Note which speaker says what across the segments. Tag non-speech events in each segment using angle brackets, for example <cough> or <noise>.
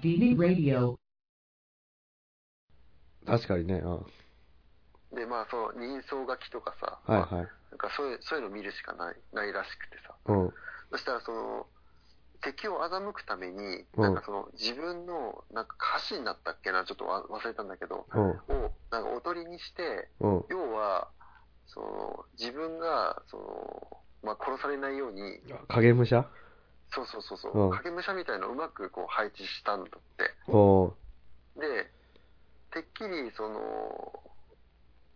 Speaker 1: Free Radio.
Speaker 2: 確かにね、うん。
Speaker 3: で、まあ、その、人相書きとかさ、
Speaker 2: はい
Speaker 3: まあ
Speaker 2: はい。
Speaker 3: なんかそういう、そういうの見るしかない、ないらしくてさ。
Speaker 2: うん。
Speaker 3: そしたら、その、敵を欺くために、
Speaker 2: うん
Speaker 3: なんかその、自分の、なんか歌詞になったっけな、ちょっとわ忘れたんだけど、
Speaker 2: うん。
Speaker 3: を、なんかおとりにして、
Speaker 2: うん。
Speaker 3: 要は、その、自分が、その、まあ、殺されないように、
Speaker 2: 影武者
Speaker 3: そうそうそうそうう、
Speaker 2: ん
Speaker 3: 影武者みたいのをうまくこう配置したんだって。
Speaker 2: おう
Speaker 3: で、てっきり、その、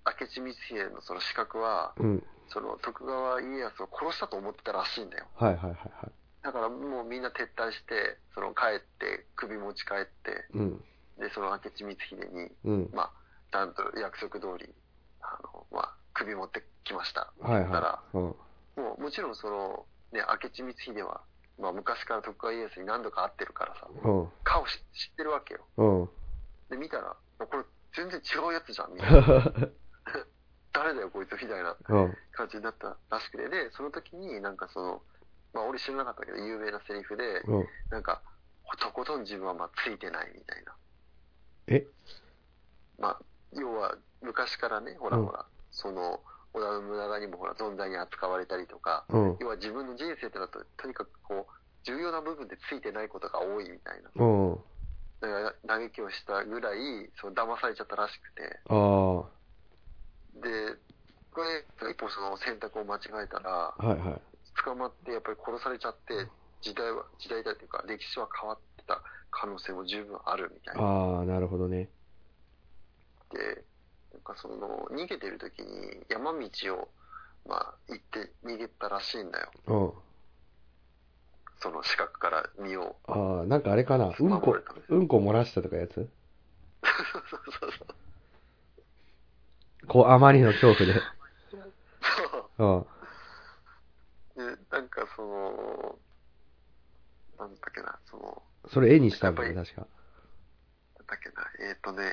Speaker 3: 明智光秀のその資格は、
Speaker 2: うん。
Speaker 3: その徳川家康を殺したと思ってたらしいんだよ。
Speaker 2: はいはいはいはい。
Speaker 3: だからもうみんな撤退して、その帰って、首持ち帰って、
Speaker 2: うん。
Speaker 3: で、その明智光秀に、
Speaker 2: うん。
Speaker 3: まあ、ちゃんと約束通り、あの、まあ、首持ってきました。
Speaker 2: はい
Speaker 3: だか
Speaker 2: はい。うん。
Speaker 3: ら、もうもちろんその、ね、明智光秀は、まあ昔から徳川家康に何度か会ってるからさ、
Speaker 2: うん。
Speaker 3: 顔し知ってるわけよ。
Speaker 2: うん。 <laughs>
Speaker 3: で、見たら、これ全然違うやつじゃん、みたいな。
Speaker 2: う。
Speaker 3: 誰だよ、こいつ、みたいなん感じになったらしくて。で、その時になんかその、まあ俺知らなかったけど、有名なセリフで、
Speaker 2: うん。
Speaker 3: なんか、とことん自分はまあついてないみたいな。
Speaker 2: え
Speaker 3: まあ、要は、昔からね、ほらほら、その、織田信長にもほら、存在に扱われたりとか、
Speaker 2: うん。
Speaker 3: 要は自分の人生ってなと、とにかくこう、重要な部分でついてないことが多いみたいな。
Speaker 2: うん。
Speaker 3: だから、嘆きをしたぐらい、その、騙されちゃったらしくて。
Speaker 2: ああ。は
Speaker 3: で、これ、一歩その選択を間違えたら、
Speaker 2: いはい。
Speaker 3: 捕まって、やっぱり殺されちゃって、時代は、時代だというか、歴史は変わってた可能性も十分あるみたいな。
Speaker 2: ああ、なるほどね。
Speaker 3: で、なんかその、逃げてる時に山道を、まあ、行って逃げたらしいんだよ。
Speaker 2: うん。
Speaker 3: その死角から身を。
Speaker 2: ああ、なんかあれかな。うんこ
Speaker 3: 守れたんで、す
Speaker 2: うんこ漏らしたとかやつ
Speaker 3: <laughs> そうそうそう。
Speaker 2: こう、あまりの恐怖で。
Speaker 3: そ
Speaker 2: うん。
Speaker 3: う。で、なんかその、なんだっけな、その、
Speaker 2: それ絵にしたんだね、
Speaker 3: や
Speaker 2: 確か。
Speaker 3: なんだっけな、えっ、ー、とね、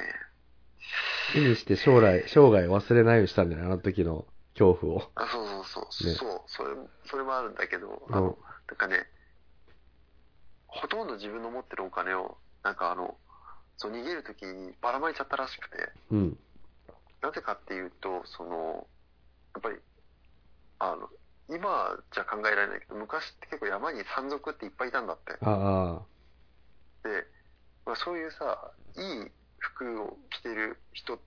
Speaker 2: 絵にして将来、生涯忘れないようにしたんだよね、あの時の恐怖を。
Speaker 3: あ、そうそうそう、
Speaker 2: ね
Speaker 3: そう、それ、それもあるんだけど、あ
Speaker 2: う
Speaker 3: の、
Speaker 2: ん。
Speaker 3: なんかね、ほとんど自分の持ってるお金を、なんかあの、そう逃げる時にばらまいちゃったらしくて、
Speaker 2: うん。
Speaker 3: なぜかっていうと、その、やっぱり、あの、今じゃ考えられないけど、昔って結構山に山賊っていっぱいいたんだって。
Speaker 2: あ
Speaker 3: で、まあ、そういうさ、いい服を着てる人っ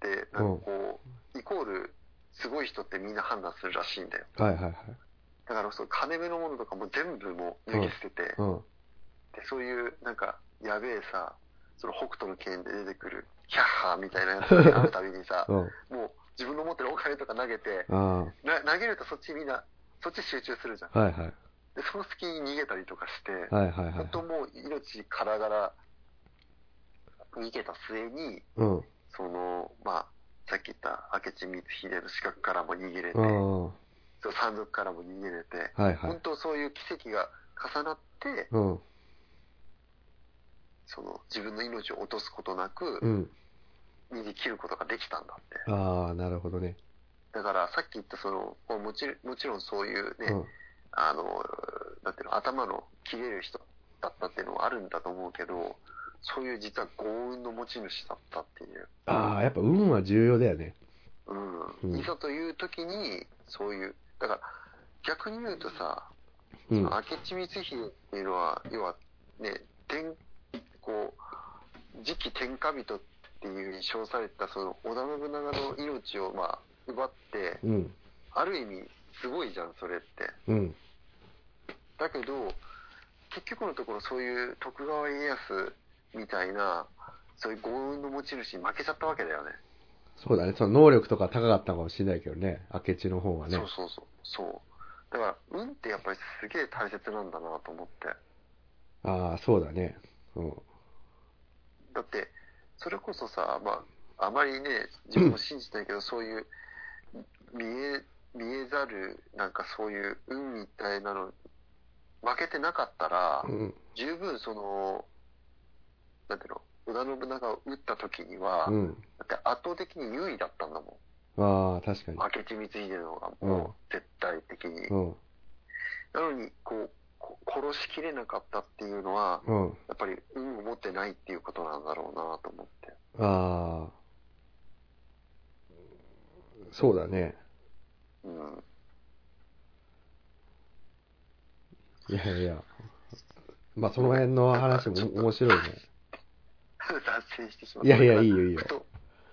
Speaker 3: て、なんかこう、イコール、すごい人ってみんな判断するらしいんだよ。
Speaker 2: あ、はいはいはい。
Speaker 3: だから、そう、金目のものとかも全部もう脱ぎ捨てて、
Speaker 2: うん。、
Speaker 3: でそういう、なんか、やべえさ、その北斗の剣で出てくる、キャッハーみたいなやつに会うたびにさ
Speaker 2: <laughs> うん。
Speaker 3: もう自分の持ってるお金とか投げて、
Speaker 2: あ
Speaker 3: な投げるとそっちみんな、そっち集中するじゃん。
Speaker 2: あ、はいはい。
Speaker 3: で、その隙に逃げたりとかして、
Speaker 2: はいはいは
Speaker 3: 本
Speaker 2: い。
Speaker 3: 当もう命からがら逃げた末に、
Speaker 2: うん。
Speaker 3: その、まあ、さっき言った明智光秀の死角からも逃げれて、
Speaker 2: うん。は
Speaker 3: そう山賊からも逃げれて、
Speaker 2: いはい。
Speaker 3: 本当そういう奇跡が重なって、
Speaker 2: うん。
Speaker 3: その自分の命を落とすことな
Speaker 2: う
Speaker 3: く、
Speaker 2: ん。
Speaker 3: 逃げ切ることができたんだって。
Speaker 2: ああ、なるほどね。
Speaker 3: だからさっき言ったその、もうもちろんもちろんそういうね、
Speaker 2: うん。
Speaker 3: あの、だっていうの頭の切れる人だったっていうのもあるんだと思うけど、そういう実は幸運の持ち主だったっていう。
Speaker 2: ああ、やっぱ運は重要だよね。
Speaker 3: う
Speaker 2: うん
Speaker 3: ん。いざという時に、そういう、だから逆に言うとさ、
Speaker 2: うん。
Speaker 3: 明智光秀っていうのは、要はね、天、こう、次期天下人っていうふうに称された、その織田信長の命をまあ奪って、
Speaker 2: うん。
Speaker 3: ある意味すごいじゃん、それって。
Speaker 2: うん。
Speaker 3: だけど、結局のところそういう徳川家康みたいな、そういう幸運の持ち主に負けちゃったわけだよね。
Speaker 2: そうだね。その能力とか高かったのかもしれないけどね。明智の方はね
Speaker 3: そう。そうそう。そう。だから、運ってやっぱりすげえ大切なんだなと思って。
Speaker 2: ああ、そうだね。うん。
Speaker 3: だって、それこそさ、まあ、あまりね、自分も信じてないけど、そういう、見え、見えざる、なんかそういう運みたいなの、負けてなかったら
Speaker 2: う、ん。
Speaker 3: 十分その、なんていうの、織田信長を撃った時には、
Speaker 2: うん。
Speaker 3: だって圧倒的に優位だったんだも
Speaker 2: ああ、確かに
Speaker 3: ん。。明智光秀の方がもう絶対的に。
Speaker 2: うん。
Speaker 3: なのに、こう、こ殺しきれなかったっていうのは、
Speaker 2: うん。
Speaker 3: やっぱり運を持ってないっていうことなんだろうなと思って。
Speaker 2: ああ。そうだね。
Speaker 3: うん。 <laughs>
Speaker 2: いやいや。まあ、その辺の話も面白いね。
Speaker 3: 脱線してしまっ
Speaker 2: い
Speaker 3: た。
Speaker 2: やいや、いいよいいよ
Speaker 3: ふ。と、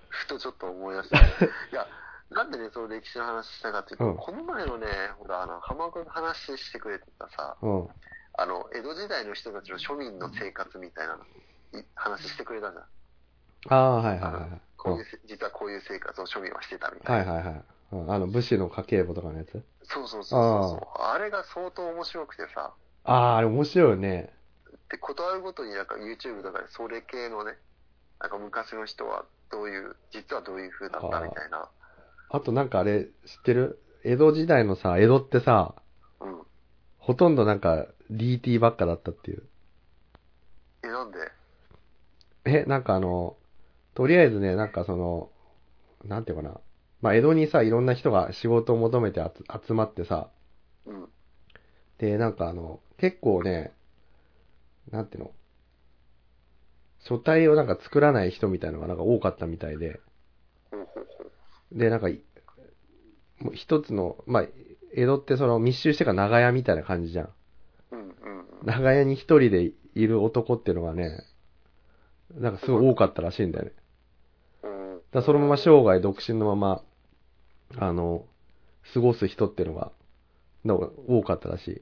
Speaker 3: ふとちょっと思い出した。
Speaker 2: <laughs>
Speaker 3: いや、なんでね、その歴史の話したかっていうと、
Speaker 2: うん
Speaker 3: この前のね、ほら、あの、浜岡の話してくれてたさ、
Speaker 2: うん。
Speaker 3: あの、江戸時代の人たちの庶民の生活みたいなの、い話してくれたじゃん。
Speaker 2: ああ、はいはいはいはい。う
Speaker 3: こ
Speaker 2: ん
Speaker 3: ういうせ、実はこういう生活を庶民はしてたみたいな。
Speaker 2: はいはいはい。うんあの、武士の家計簿とかのやつ。
Speaker 3: そうそうそうそう。あれが相当面白くてさ、
Speaker 2: ああ、あれ面白いよね。
Speaker 3: で、断るごとになんか YouTube とかでそれ系のね、なんか昔の人はどういう、実はどういう風だったみたいな。
Speaker 2: あとなんかあれ、知ってる江戸時代のさ、江戸ってさ、
Speaker 3: うん。
Speaker 2: ほとんどなんか DT ばっかだったっていう。
Speaker 3: え、なんで
Speaker 2: え、なんかあの、とりあえずね、なんかその、なんていうかな。まあ、江戸にさ、いろんな人が仕事を求めてあつ集まってさ、
Speaker 3: うん。
Speaker 2: で、なんかあの、結構ね、なんていうの、書体をなんか作らない人みたいのがなんか多かったみたいで、
Speaker 3: ほうほうほう。
Speaker 2: で、なんかい、もう一つの、まあ、江戸ってその密集してから長屋みたいな感じじゃん。
Speaker 3: うんうんうん。
Speaker 2: 長屋に一人でいる男っていうのがね、なんかすごい多かったらしいんだよね。
Speaker 3: うん
Speaker 2: だからそのまま生涯独身のまま、あの、過ごす人っていうのが、のが多かったらしい。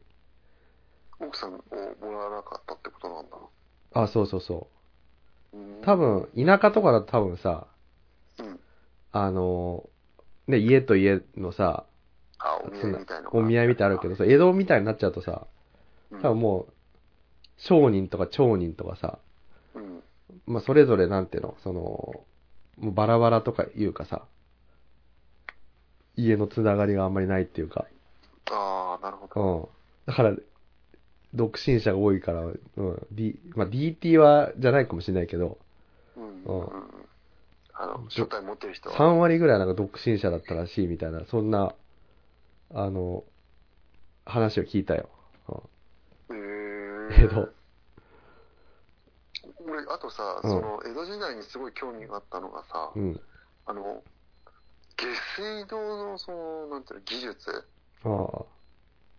Speaker 3: 奥さんをもらわなかったってことなんだな。
Speaker 2: あ、そうそうそうう。
Speaker 3: ん
Speaker 2: 多、分、田舎とかだと多分さ、
Speaker 3: うん。
Speaker 2: あの、ね、家と家のさ、
Speaker 3: あ、お見合いみたいな。
Speaker 2: お見合いみたいなのあるけどさ、江戸みたいになっちゃうとさ、
Speaker 3: うん、
Speaker 2: 多分もう、商人とか町人とかさ、
Speaker 3: うん。
Speaker 2: まあ、それぞれなんていうの、その、もうバラバラとかいうかさ、家のつながりがあんまりないっていうか、
Speaker 3: ああ、なるほど。
Speaker 2: うん。だから、独身者が多いから、うん、D、まあ、DT は、じゃないかもしれないけど、
Speaker 3: うん。
Speaker 2: うん
Speaker 3: うんあの、正体持ってる人
Speaker 2: 3
Speaker 3: は。
Speaker 2: 割ぐらいなんか独身者だったらしいみたいな、そんな、あの、話を聞いたよ。
Speaker 3: え
Speaker 2: けど。
Speaker 3: 俺、あとさ、
Speaker 2: うん
Speaker 3: その、江戸時代にすごい興味があったのがさ、
Speaker 2: うん。
Speaker 3: あの、下水道の、その、なんていうの、技術
Speaker 2: あ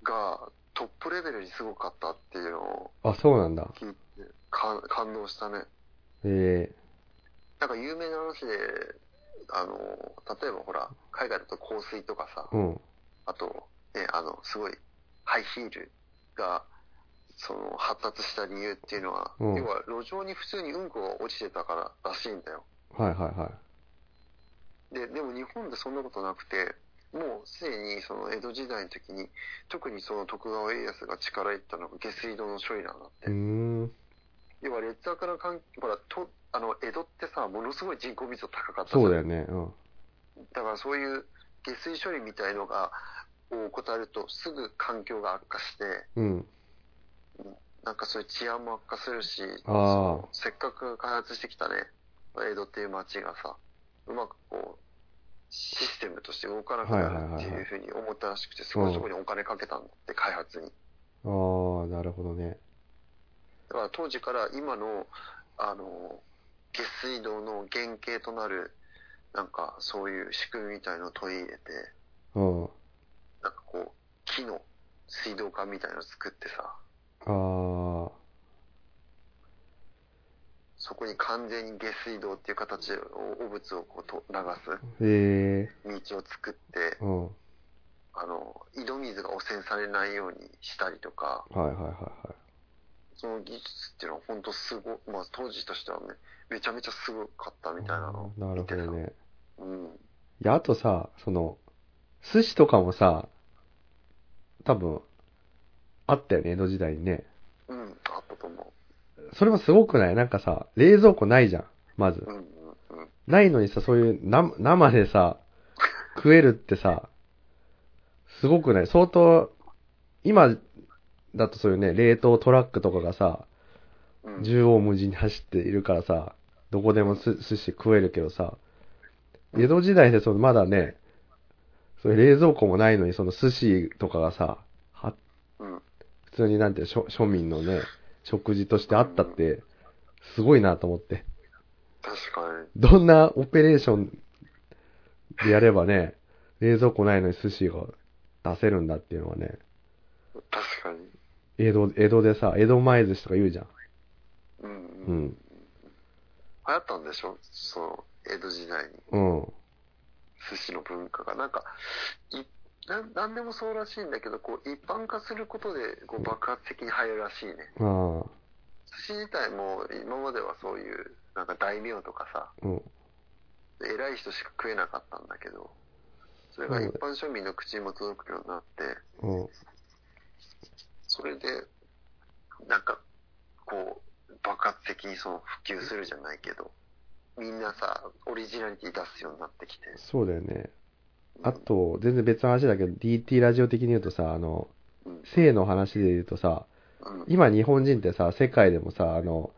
Speaker 3: がトップレベルにすごかったっていうのを
Speaker 2: あ。あ、そうなんだ。
Speaker 3: 聞いて、か感動したね。
Speaker 2: え
Speaker 3: なんか有名な話で、あの、例えばほら、海外だと香水とかさ
Speaker 2: え、うん。
Speaker 3: あと、ね、あの、すごい、ハイヒールが、その、発達した理由っていうのは、
Speaker 2: うん
Speaker 3: 要は路上に普通にうんこが落ちてたかららしいんだよ。
Speaker 2: はいはいは
Speaker 3: で、でも日本でそんなことなくて、もうすでにその江戸時代の時に、特にその徳川家康が力入ったのが下水道の処理なんだって。
Speaker 2: い。うーん。
Speaker 3: 要は劣悪な環境、ほら、と、あの、江戸ってさ、ものすごい人口密度高かったじゃん
Speaker 2: そうだよね。うん。
Speaker 3: だからそういう下水処理みたいのが、を怠るとすぐ環境が悪化して、
Speaker 2: うん。
Speaker 3: なんかそういう治安も悪化するし、
Speaker 2: あ
Speaker 3: そ
Speaker 2: ー
Speaker 3: のせっかく開発してきたね、江戸っていう街がさ、うまくこう、システムとして動かなくなるっていうふうに思ったらしくて、すごいそこにお金かけたんだって、開発に。
Speaker 2: ああ、なるほどね。
Speaker 3: だから当時から今の、あの、下水道の原型となる、なんかそういう仕組みみたいのを取り入れて、
Speaker 2: うん。
Speaker 3: なんかこう、木の水道管みたいの作ってさ、
Speaker 2: ああ。
Speaker 3: そこに完全に下水道っていう形を、汚物をこうと流
Speaker 2: え
Speaker 3: す道を作って
Speaker 2: え、うん。は
Speaker 3: あの、井戸水が汚染されないようにしたりとか、
Speaker 2: いはいはいはい。
Speaker 3: その技術っていうのは本当すごい、まあ当時としてはね、めちゃめちゃすごかったみたいなのを
Speaker 2: なる
Speaker 3: 見
Speaker 2: ほ
Speaker 3: てさ。
Speaker 2: どね。
Speaker 3: うん。
Speaker 2: いや、あとさ、その、寿司とかもさ、多分、あったよね、江戸時代にね。
Speaker 3: うん、あったと思
Speaker 2: それもすごくないなんかさ、冷蔵庫ないじゃん、まず
Speaker 3: う。う。んうんうん。
Speaker 2: ないのにさ、そういう生生でさ、食えるってさ、すごくない相当、今だとそういうね、冷凍トラックとかがさ、
Speaker 3: うん、
Speaker 2: 縦横無尽に走っているからさ、どこでもす寿司食えるけどさ、江戸時代でそのまだね、それ冷蔵庫もないのにその寿司とかがさ、は
Speaker 3: うん
Speaker 2: 普通になんて庶庶民のね、食事としてあったって、すごいなと思って。
Speaker 3: 確かに。
Speaker 2: どんなオペレーションでやればね、冷蔵庫ないのに寿司が出せるんだっていうのはね、
Speaker 3: 確かに。
Speaker 2: 江戸、江戸でさ、江戸前寿司とか言うじゃん。
Speaker 3: うん。
Speaker 2: う
Speaker 3: うん、
Speaker 2: ん。
Speaker 3: 流行ったんでしょその、江戸時代に。
Speaker 2: うん。
Speaker 3: 寿司の文化が。なんか、いなんなんでもそうらしいんだけど、こう、一般化することで、こう、爆発的に流行るらしいね。
Speaker 2: ああ。
Speaker 3: 寿司自体も、今まではそういう、なんか大名とかさ、
Speaker 2: うん。
Speaker 3: 偉い人しか食えなかったんだけど、それが一般庶民の口にも届くようになって、
Speaker 2: うん。
Speaker 3: それで、なんか、こう、爆発的にその普及するじゃないけど、みんなさ、オリジナリティ出すようになってきて。
Speaker 2: そうだよね。あと、全然別の話だけど、DT ラジオ的に言うとさ、あの、
Speaker 3: うん、
Speaker 2: 性の話で言うとさ、
Speaker 3: うん、
Speaker 2: 今日本人ってさ、世界でもさ、あの、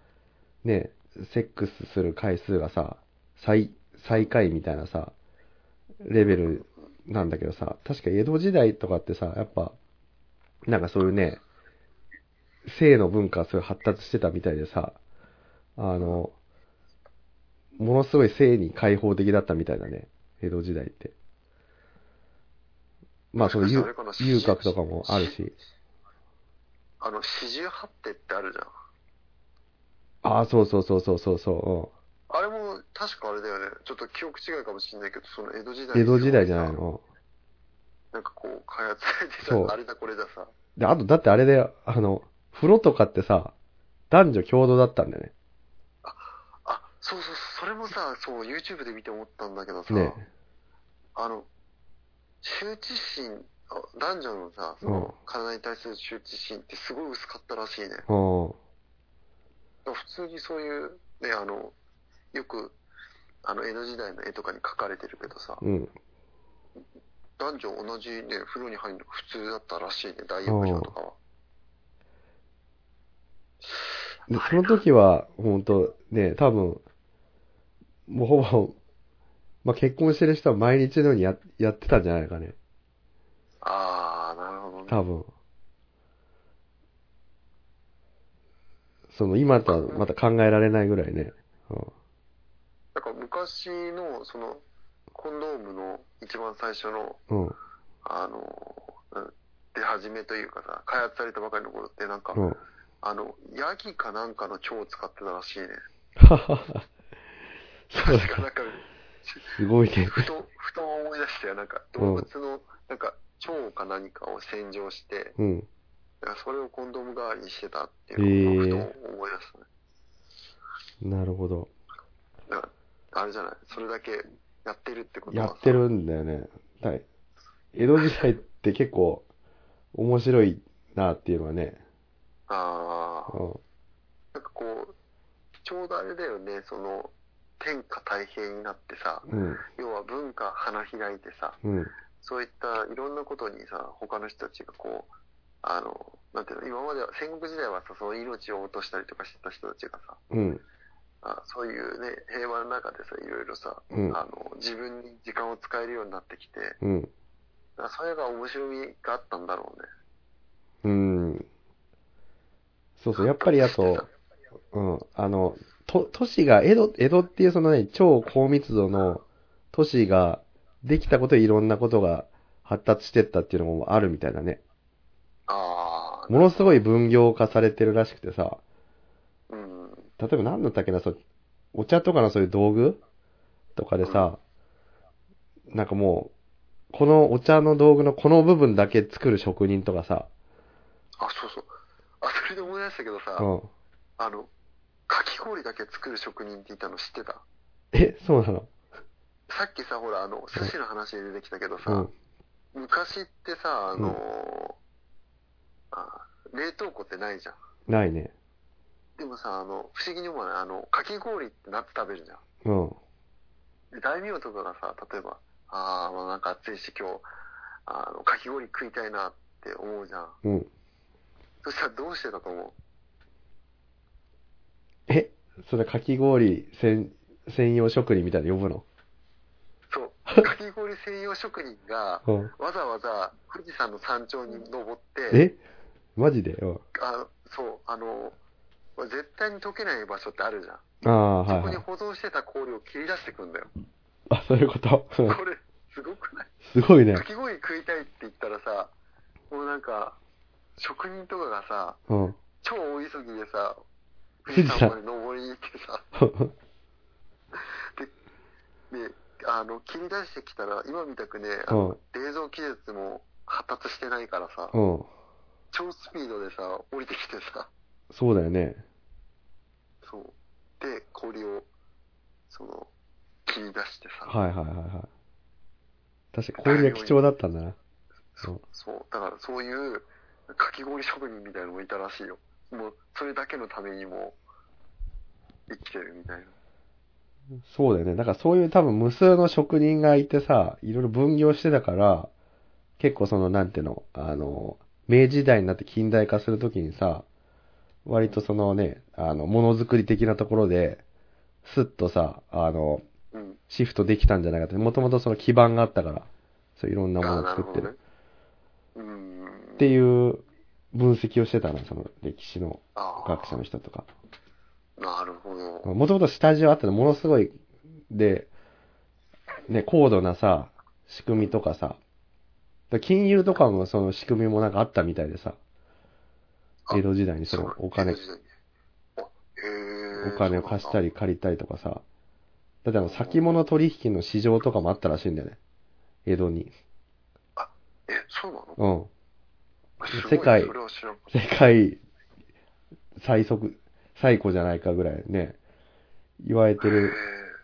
Speaker 2: ね、セックスする回数がさ、最、最下位みたいなさ、レベルなんだけどさ、確か江戸時代とかってさ、やっぱ、なんかそういうね、性の文化がすごい発達してたみたいでさ、あの、ものすごい性に開放的だったみたいだね、江戸時代って。まあ、その遊遊郭とかもあるし。
Speaker 3: あの、四十八手ってあるじゃん。
Speaker 2: ああ、そうそうそうそうそうそ
Speaker 3: あれも、確かあれだよね。ちょっと記憶違いかもしれないけど、その江戸時
Speaker 2: う。
Speaker 3: 代。
Speaker 2: 江戸時代じゃない。の。
Speaker 3: なんかこう、開発されて
Speaker 2: そう
Speaker 3: た、あれだこれださ。
Speaker 2: で、あと、だってあれで、あの、風呂とかってさ、男女共同だったんだよね。
Speaker 3: あ、そうそうそう、それもさ、そう、YouTube で見て思ったんだけどさ、
Speaker 2: ね。
Speaker 3: あの、羞恥心、あ男女のさ、そ
Speaker 2: うん
Speaker 3: の、体に対する羞恥心ってすごい薄かったらしいね。だか
Speaker 2: うん。
Speaker 3: ら普通にそういう、ね、あの、よく、あの、江戸時代の絵とかに描かれてるけどさ、
Speaker 2: うん。
Speaker 3: 男女同じね、風呂に入るの普通だったらしいね、大浴場とかは。
Speaker 2: で、その時は、ほんと、ね、多分、もうほぼ、まあ、結婚してる人は毎日のようにややってたんじゃないかね。
Speaker 3: あー、なるほどね。
Speaker 2: 多分。その、今とはまた考えられないぐらいね。うん
Speaker 3: なんか昔の、その、コンドームの一番最初の、
Speaker 2: うん。
Speaker 3: あの、うん出始めというかさ、開発されたばかりの頃ってなんか、
Speaker 2: うん。
Speaker 3: あの、ヤギかなんかの腸を使ってたらしいね。
Speaker 2: ははは。そうだ
Speaker 3: 確か
Speaker 2: か
Speaker 3: な
Speaker 2: ら、
Speaker 3: んか、
Speaker 2: すごいね。
Speaker 3: ふと、ふと思い出したよ。なんか、動物の、なんか、腸か何かを洗浄して、
Speaker 2: うん。
Speaker 3: なんかそれをコンドーム代わりにしてたっていうのをふと思い出したね。
Speaker 2: なるほど。
Speaker 3: だからあれじゃないそれだけやってるってこと
Speaker 2: や
Speaker 3: は
Speaker 2: ってるんだよね。はい。江戸時代って結構面白いなっていうのはね。
Speaker 3: ああ。
Speaker 2: うん
Speaker 3: なんかこう、ちょうどあれだよね、その、天下太平になってさ、
Speaker 2: うん。
Speaker 3: 要は文化花開いてさ、
Speaker 2: うん。
Speaker 3: そういったいろんなことにさ、他の人たちがこう、あの、なんていうの、今までは、戦国時代はさ、その命を落としたりとかしてた人たちがさ、
Speaker 2: うん。
Speaker 3: あそういうね、平和の中でさ、いろいろさ、
Speaker 2: うん
Speaker 3: あの、自分に時間を使えるようになってきて、
Speaker 2: うん。
Speaker 3: あそれが面白みがあったんだろうね。
Speaker 2: うん。そうそう。やっぱりあと、うん。あの、と、都市が、江戸、江戸っていうそのね、超高密度の都市ができたことでいろんなことが発達してったっていうのもあるみたいだね。
Speaker 3: ああ、
Speaker 2: ものすごい分業化されてるらしくてさ、
Speaker 3: うん、うん、
Speaker 2: 例えば何だったっけな、そうお茶とかのそういう道具とかでさ、なんかもう、このお茶の道具のこの部分だけ作る職人とかさ、
Speaker 3: あ、そうそう。あ、それで思い出したけどさ、
Speaker 2: うん。
Speaker 3: あの、かき氷だけ作る職人っていたの知ってた
Speaker 2: え、そうなの
Speaker 3: さっきさ、ほら、あの、寿司の話で出てきたけどさ、
Speaker 2: うん。
Speaker 3: 昔ってさ、あのあ冷凍庫ってないじゃん。
Speaker 2: ないね。
Speaker 3: でもさ、あの、不思議に思わないあの、かき氷って夏食べるじゃん。
Speaker 2: うん。
Speaker 3: で大名とかがさ、例えば、あー、まあなんか暑いし今日、あの、かき氷食いたいなって思うじゃん。
Speaker 2: うん。
Speaker 3: そしたらどうしてたと思
Speaker 2: え、それかき氷専専用職人みたいなの呼ぶの
Speaker 3: う
Speaker 2: <laughs>
Speaker 3: そう、かき氷専用職人が、
Speaker 2: うん。
Speaker 3: わざわざ富士山の山頂に登って、
Speaker 2: えマジでうん。
Speaker 3: あそう、あの、絶対に溶けない場所ってあるじゃん。
Speaker 2: ああ、
Speaker 3: そ
Speaker 2: は
Speaker 3: こ
Speaker 2: い、
Speaker 3: に
Speaker 2: はい。
Speaker 3: 保存してた氷を切り出してくんだよ。
Speaker 2: あ、そういうこと。うん
Speaker 3: これ、すごくない
Speaker 2: すごいね
Speaker 3: か。き氷食いたいって言ったらさ、もうなんか、職人とかがさ、
Speaker 2: うん。
Speaker 3: 超大急ぎでさ、富
Speaker 2: 富
Speaker 3: 士
Speaker 2: 士
Speaker 3: 山
Speaker 2: 山
Speaker 3: まで登りに行ってさ、 <laughs> で、あの、切り出してきたら、今みたくね、あの冷蔵技術も発達してないからさ、
Speaker 2: うん。うん。
Speaker 3: 超スピードでさ、降りてきてさ、
Speaker 2: そうだよね。
Speaker 3: そう。で、氷を、その、切り出してさ、
Speaker 2: はいはいはいはい。確かに氷が貴重だったんだな。
Speaker 3: そう、そう、だからそういう、かき氷職人みたいなのもいたらしいよ。もう、それだけのためにも、生きてるみたいな。
Speaker 2: そうだよね。だからそういう多分無数の職人がいてさ、いろいろ分業してたから、結構その、なんていうの、あの、明治時代になって近代化するときにさ、割とそのね、あの、ものづくり的なところで、スッとさ、あの、
Speaker 3: うん。
Speaker 2: シフトできたんじゃないかって、もともとその基盤があったから、そういろんなものを作ってる。
Speaker 3: ね。うーん。
Speaker 2: っていう分析をしてたな、その歴史の
Speaker 3: あ
Speaker 2: 学者の人とか。
Speaker 3: あ、なるほど。
Speaker 2: もともとスタジオあったのものすごい、で、ね、高度なさ、仕組みとかさ、だから金融とかもその仕組みもなんかあったみたいでさ、
Speaker 3: あ
Speaker 2: 江戸時代にそのお金
Speaker 3: 江戸、時代にあへえ
Speaker 2: お金を貸した
Speaker 3: り。
Speaker 2: り借りたりとかさ、だってあの先物取引の市場とかもあったらしいんだよね。江戸に。
Speaker 3: え、そうなの
Speaker 2: うん。
Speaker 3: すごい
Speaker 2: 世界
Speaker 3: それは知らんかった
Speaker 2: 世界最速、最古じゃないかぐらいね、言われて
Speaker 3: へ
Speaker 2: るだ
Speaker 3: え
Speaker 2: か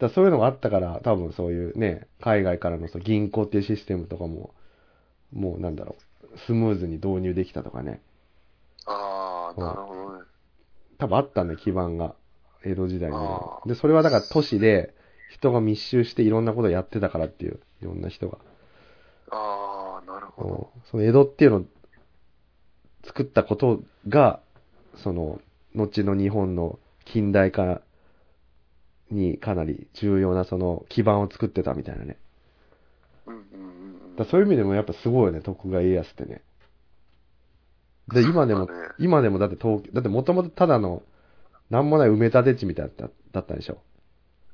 Speaker 2: らそういうのがあったから、多分そういうね、海外からのその銀行っていうシステムとかも、もうなんだろう、スムーズに導入できたとかね。
Speaker 3: ああ、なるほどね。
Speaker 2: 多分あったんだよ、基盤が。江戸時代には
Speaker 3: あ。ー
Speaker 2: で、それはだから都市で人が密集していろんなことをやってたからっていう、いろんな人が。
Speaker 3: ああ、なるほ
Speaker 2: うん
Speaker 3: ど。
Speaker 2: その江戸っていうのを作ったことが、その、後の日本の近代化にかなり重要なその基盤を作ってたみたいなね。
Speaker 3: うんうんうんうん。
Speaker 2: だからそういう意味でもやっぱすごいよね、徳川家康ってね。で、今でも、
Speaker 3: そうだね
Speaker 2: 今でもだって東京、だってもともとただの、なんもない埋め立て地みたいだっただったでしょ。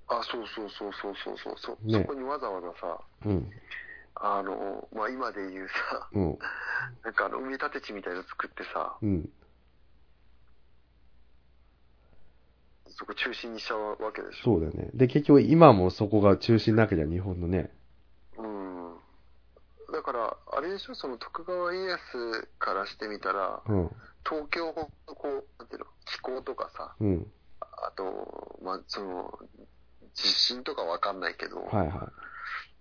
Speaker 3: あ、そうそうそうそうそうそうそう。
Speaker 2: ね
Speaker 3: そこにわざわざさ、
Speaker 2: うん。
Speaker 3: あの、まあ、今で言うさ、 <laughs>
Speaker 2: うん。
Speaker 3: なんかあの、埋め立て地みたいなの作ってさ、
Speaker 2: うん。
Speaker 3: そこ中心にしちゃうわけでしょ。
Speaker 2: そうだよね。で、結局今もそこが中心なわけじゃん、日本のね。
Speaker 3: うん。だから、あれでしょ、その徳川家康からしてみたら、
Speaker 2: うん。
Speaker 3: 東京のこう、なんていうの、気候とかさ、
Speaker 2: うん。
Speaker 3: あと、まあ、その、地震とかわかんないけど、
Speaker 2: はいは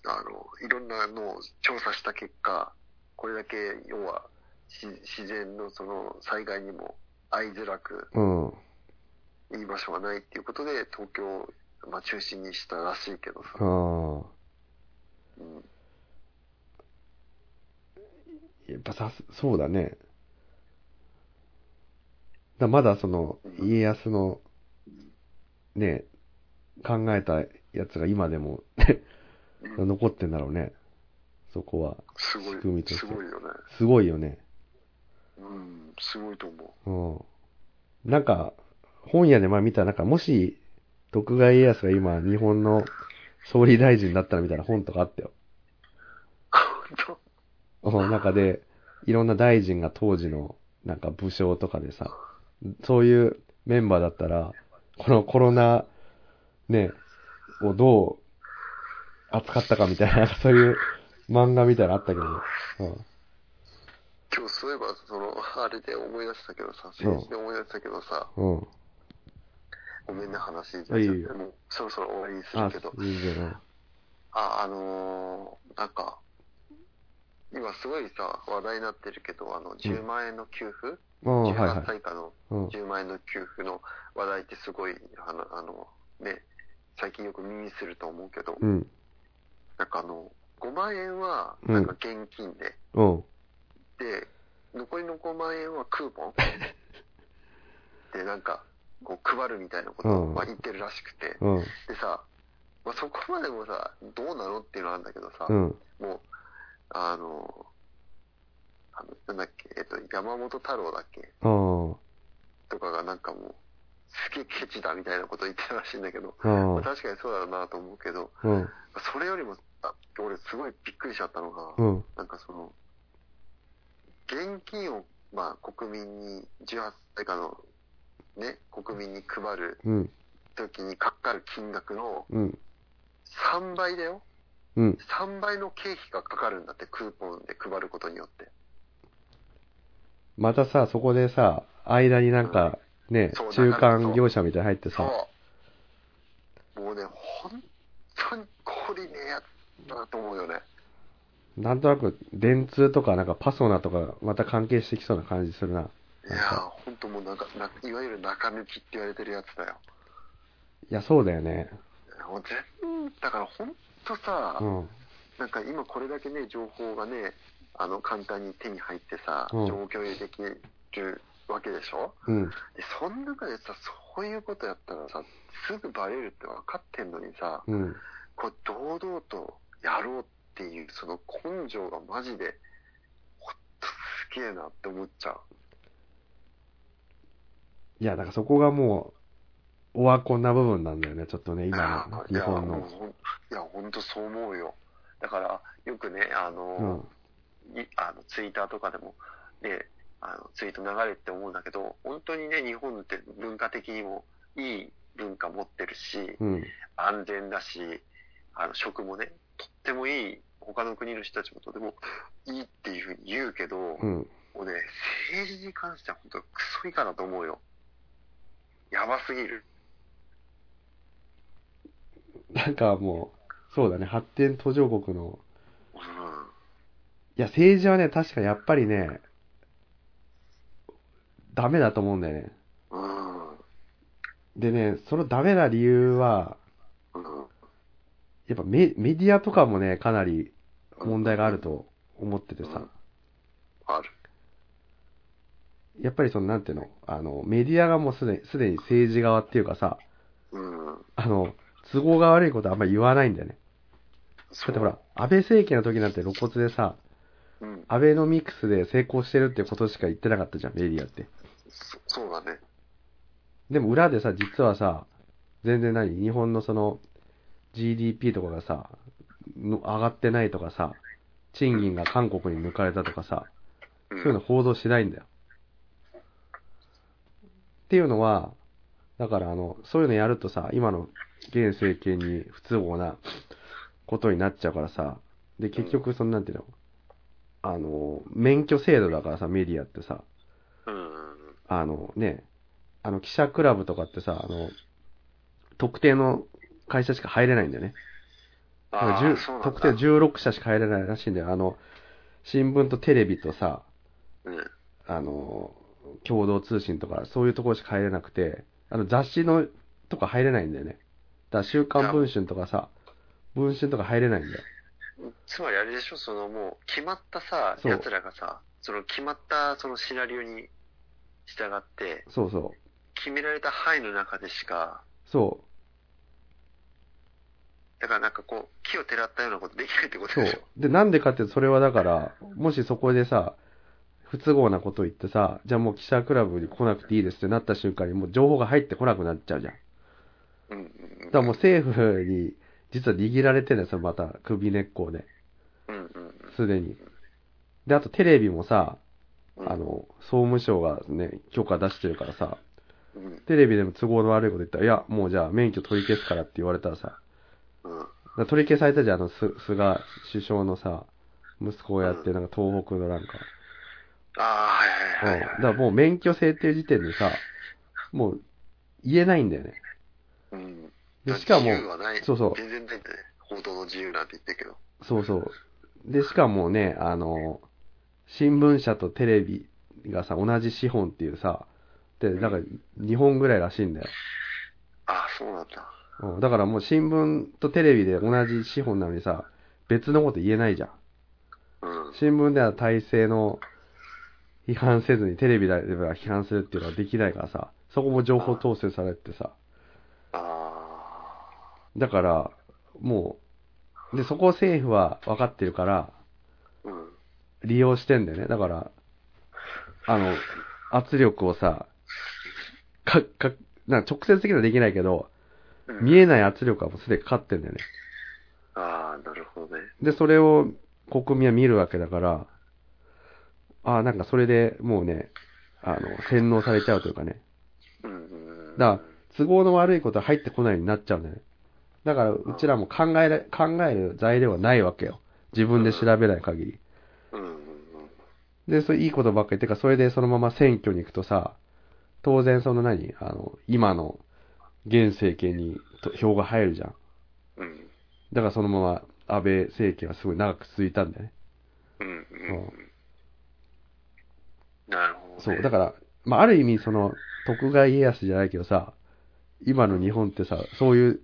Speaker 3: あの、いろんなのを調査した結果、これだけ、要は、し自然のその災害にも遭いづらく、
Speaker 2: い。うん。うん。
Speaker 3: いい場所がないっていうことで、東京を、まあ、中心にしたらしいけどさ、うん、
Speaker 2: やっぱさす、そうだね。だまだその、家康の、ね、考えたやつが今でも、
Speaker 3: うん
Speaker 2: 残ってんだろうね。そこは。
Speaker 3: すご
Speaker 2: 仕組み
Speaker 3: い、
Speaker 2: とし
Speaker 3: す
Speaker 2: て
Speaker 3: ごいよね。
Speaker 2: すごいよね。
Speaker 3: うん、 <laughs> すごいと思
Speaker 2: うん。なんか、本屋で前見たら、なんかもし、徳川家康が今、日本の総理大臣だったらみたいな本とかあったよ。
Speaker 3: う。
Speaker 2: うん、中で、いろんな大臣が当時の、なんか武将とかでさ、そういうメンバーだったら、このコロナ、ね、をどう扱ったかみたいな、なんかそういう漫画みたいなのあったけどね。うん。
Speaker 3: 今日そういえば、その、あれで思い出したけどさ、先日で思い出したけどさ、
Speaker 2: うん。
Speaker 3: ごめんね、話ずれ
Speaker 2: あいい
Speaker 3: ちゃ
Speaker 2: よいいよ
Speaker 3: って、もうそろそろ終わりにす
Speaker 2: あ
Speaker 3: るけど、、
Speaker 2: いいんだな。
Speaker 3: あ、あのーなんか、今すごいさ、話題になってるけど、あの、10万円の給付、
Speaker 2: うん、はいは
Speaker 3: 18
Speaker 2: い。
Speaker 3: 歳以下の
Speaker 2: うん。
Speaker 3: 10万円の給付の話題ってすごい、あの、あのね、最近よく耳にすると思うけど、
Speaker 2: うん。
Speaker 3: なんかあの、5万円は、
Speaker 2: うん
Speaker 3: なんか現金で、
Speaker 2: うん。
Speaker 3: で、残りの5万円はク
Speaker 2: <laughs>
Speaker 3: ーポンで、なんか、こう配るみたいなことを、
Speaker 2: うん
Speaker 3: まあ、言ってるらしくて、
Speaker 2: うん。
Speaker 3: でさ、まあ、そこまでもさ、どうなのっていうのはあるんだけどさ、
Speaker 2: うん。
Speaker 3: もう、あの、あの、なんだっけ、えっと、山本太郎だっけ
Speaker 2: うん。
Speaker 3: とかがなんかもう、すげえケチだみたいなこと言ってたらしいんだけど、
Speaker 2: うん
Speaker 3: まあ。確かにそうだろうなと思うけど、
Speaker 2: うん。
Speaker 3: それよりも、あ俺すごいびっくりしちゃったのが、
Speaker 2: うん。
Speaker 3: なんかその、現金を、まあ、国民に、18歳以下の、ね、国民に配る
Speaker 2: うん。
Speaker 3: ときにかかる金額の
Speaker 2: うん。
Speaker 3: 3倍だよ。
Speaker 2: うん。
Speaker 3: 3倍の経費がかかるんだって、クーポンで配ることによって。
Speaker 2: またさ、そこでさ、間になんか、ね
Speaker 3: そう、
Speaker 2: 中間業者みたいに入ってさ、
Speaker 3: そう。もうね、本当に懲りねえやつだなと思うよね。
Speaker 2: なんとなく、電通とか、なんかパソナとか、また関係してきそうな感じするな。
Speaker 3: いやー、本当もうなんか、ないわゆる中抜きって言われてるやつだよ。
Speaker 2: いや、そうだよね。
Speaker 3: もう全だから本当さ、
Speaker 2: うん。
Speaker 3: なんか今これだけね、情報がね、あの、簡単に手に入ってさ、
Speaker 2: うん
Speaker 3: 情報共有できるわけでしょ
Speaker 2: うん。
Speaker 3: で、その中でさ、そういうことやったらさ、すぐバレるって分かってんのにさ、
Speaker 2: うん。
Speaker 3: これ堂々とやろうっていう、その根性がマジで、ほんとすげえなって思っちゃう。
Speaker 2: いや、だからそこがもう、オワコンな部分なんだよね、ちょっとね、
Speaker 3: い
Speaker 2: 今
Speaker 3: や
Speaker 2: の、
Speaker 3: い
Speaker 2: 日
Speaker 3: や
Speaker 2: 本
Speaker 3: もう
Speaker 2: の。
Speaker 3: ほんいや、ほんとそう思うよ。だから、よくね、あの、
Speaker 2: うん。
Speaker 3: いあのツイッターとかでも、ね、あのツイート流れて思うんだけど、本当にね、日本って文化的にもいい文化持ってるし、
Speaker 2: うん。
Speaker 3: 安全だし、あの食もね、とってもいい、他の国の人たちもとてもいいっていうふうに言うけど、
Speaker 2: う
Speaker 3: も
Speaker 2: ん。
Speaker 3: うね、政治に関しては本当クソ以下だと思うよ。やばすぎる。
Speaker 2: なんかもう、そうだね、発展途上国の、
Speaker 3: うん。
Speaker 2: いや、政治はね、確かやっぱりね、ダメだと思うんだよね。
Speaker 3: うん。うん。
Speaker 2: でね、そのダメな理由は、やっぱメ、メディアとかもね、かなり問題があると思っててさ、
Speaker 3: ある。
Speaker 2: やっぱりその、なんていうの、あの、メディアがもうすでに、すでに政治側っていうかさ、
Speaker 3: うん。
Speaker 2: あの、都合が悪いことはあんまり言わないんだよね。
Speaker 3: そ
Speaker 2: だってほら、、安倍政権の時なんて露骨でさ、
Speaker 3: うん。
Speaker 2: アベノミクスで成功してるってことしか言ってなかったじゃん、メディアって。
Speaker 3: そそうだね。
Speaker 2: でも裏でさ、実はさ、全然何日本のその、GDP とかがさ、の上がってないとかさ、賃金が韓国に抜かれたとかさ、そ
Speaker 3: う
Speaker 2: ういうの報道しないんだよ。っていうのは、だからあの、そういうのやるとさ、今の現政権に不都合なことになっちゃうからさ、で、結局、そのなんていうの、あの、免許制度だからさ、メディアってさ、
Speaker 3: うん。
Speaker 2: あのね、あの記者クラブとかってさ、あの、特定の会社しか入れないんだよね。なんか
Speaker 3: あ
Speaker 2: 10
Speaker 3: あ、そうなんだ
Speaker 2: 特定16社しか入れないらしいんだよ。あの、新聞とテレビとさ、
Speaker 3: うん。
Speaker 2: あの、共同通信とか、そういうところしか入れなくて、あの雑誌のとか入れないんだよね。だから週刊文春とかさ、文春とか入れないんだよ。
Speaker 3: つまりあれでしょ、そのもう決まったさ、
Speaker 2: そう
Speaker 3: 奴らがさ、その決まったそのシナリオに従って、
Speaker 2: そうそう。
Speaker 3: 決められた範囲の中でしか、
Speaker 2: そ
Speaker 3: だからなんかこう、木をてらったようなことできないってこ
Speaker 2: う、
Speaker 3: と
Speaker 2: そう
Speaker 3: でしょ。。
Speaker 2: で、なんでかっていうとそれはだから、もしそこでさ、不都合なこと言ってさ、じゃあもう記者クラブに来なくていいですってなった瞬間にもう情報が入ってこなくなっちゃうじゃん。
Speaker 3: うんうんうん。
Speaker 2: だからもう政府に実は握られてんだよ、それまた首根っこで、
Speaker 3: うんうん
Speaker 2: すでに。で、あとテレビもさ、
Speaker 3: うん。
Speaker 2: あ、の、総務省がね、許可出してるからさ、
Speaker 3: うん
Speaker 2: テレビでも都合の悪いこと言ったら、いや、もうじゃあ免許取り消すからって言われたらさ、だか
Speaker 3: うん。
Speaker 2: ら取り消されたじゃん、あの、す菅首相のさ、息子をやってる、なんか東北のなんか。
Speaker 3: ああ、はい
Speaker 2: うん。
Speaker 3: はいはい
Speaker 2: だ
Speaker 3: は
Speaker 2: から
Speaker 3: い。
Speaker 2: もう免許制っていう時点でさ、もう言えないんだよね。
Speaker 3: うん。
Speaker 2: で、しか
Speaker 3: 自
Speaker 2: も、
Speaker 3: 由はない。
Speaker 2: そうそう
Speaker 3: 全然ないんだね。報道の自由なんて言ってるけど。
Speaker 2: そうそう。で、しかもね、あの、新聞社とテレビがさ、同じ資本っていうさ、で、なんか2本ぐらいらしいんだよ。
Speaker 3: ああ、そうなんだ。
Speaker 2: うん、だからもう新聞とテレビで同じ資本なのにさ、別のこと言えないじゃん。
Speaker 3: うん。
Speaker 2: 新聞では体制の批判せずにテレビでは批判するっていうのはできないからさ、そこも情報統制されてさ、
Speaker 3: あ
Speaker 2: だから、もう、で、そこを政府は分かってるから、
Speaker 3: あ、うん。
Speaker 2: 利用してんだよね。だから、あの、圧力をさ、か、か、なんか直接的にはできないけど、
Speaker 3: うん
Speaker 2: 見えない圧力はもうすでにかかってんだよね。
Speaker 3: ああ、なるほどね。
Speaker 2: で、それを国民は見るわけだから、ああ、なんかそれでもうね、あの、洗脳されちゃうというかね。
Speaker 3: うんうんうん。
Speaker 2: だから、都合の悪いことは入ってこないようになっちゃうんだよね。だから、うちらも考えら、考える材料はないわけよ。自分で調べない限り。
Speaker 3: うんうんうん。
Speaker 2: で、そういいことばっかり言ってか、それでそのまま選挙に行くとさ、当然その何あの、今の、現政権にと票が入るじゃん。
Speaker 3: うん
Speaker 2: だからそのまま安倍政権はすごい長く続いたんだよね。
Speaker 3: うんうん
Speaker 2: う
Speaker 3: うんん。なるほど、ね。
Speaker 2: そう、だから、まあ、ある意味、その、徳川家康じゃないけどさ、今の日本ってさ、そういう、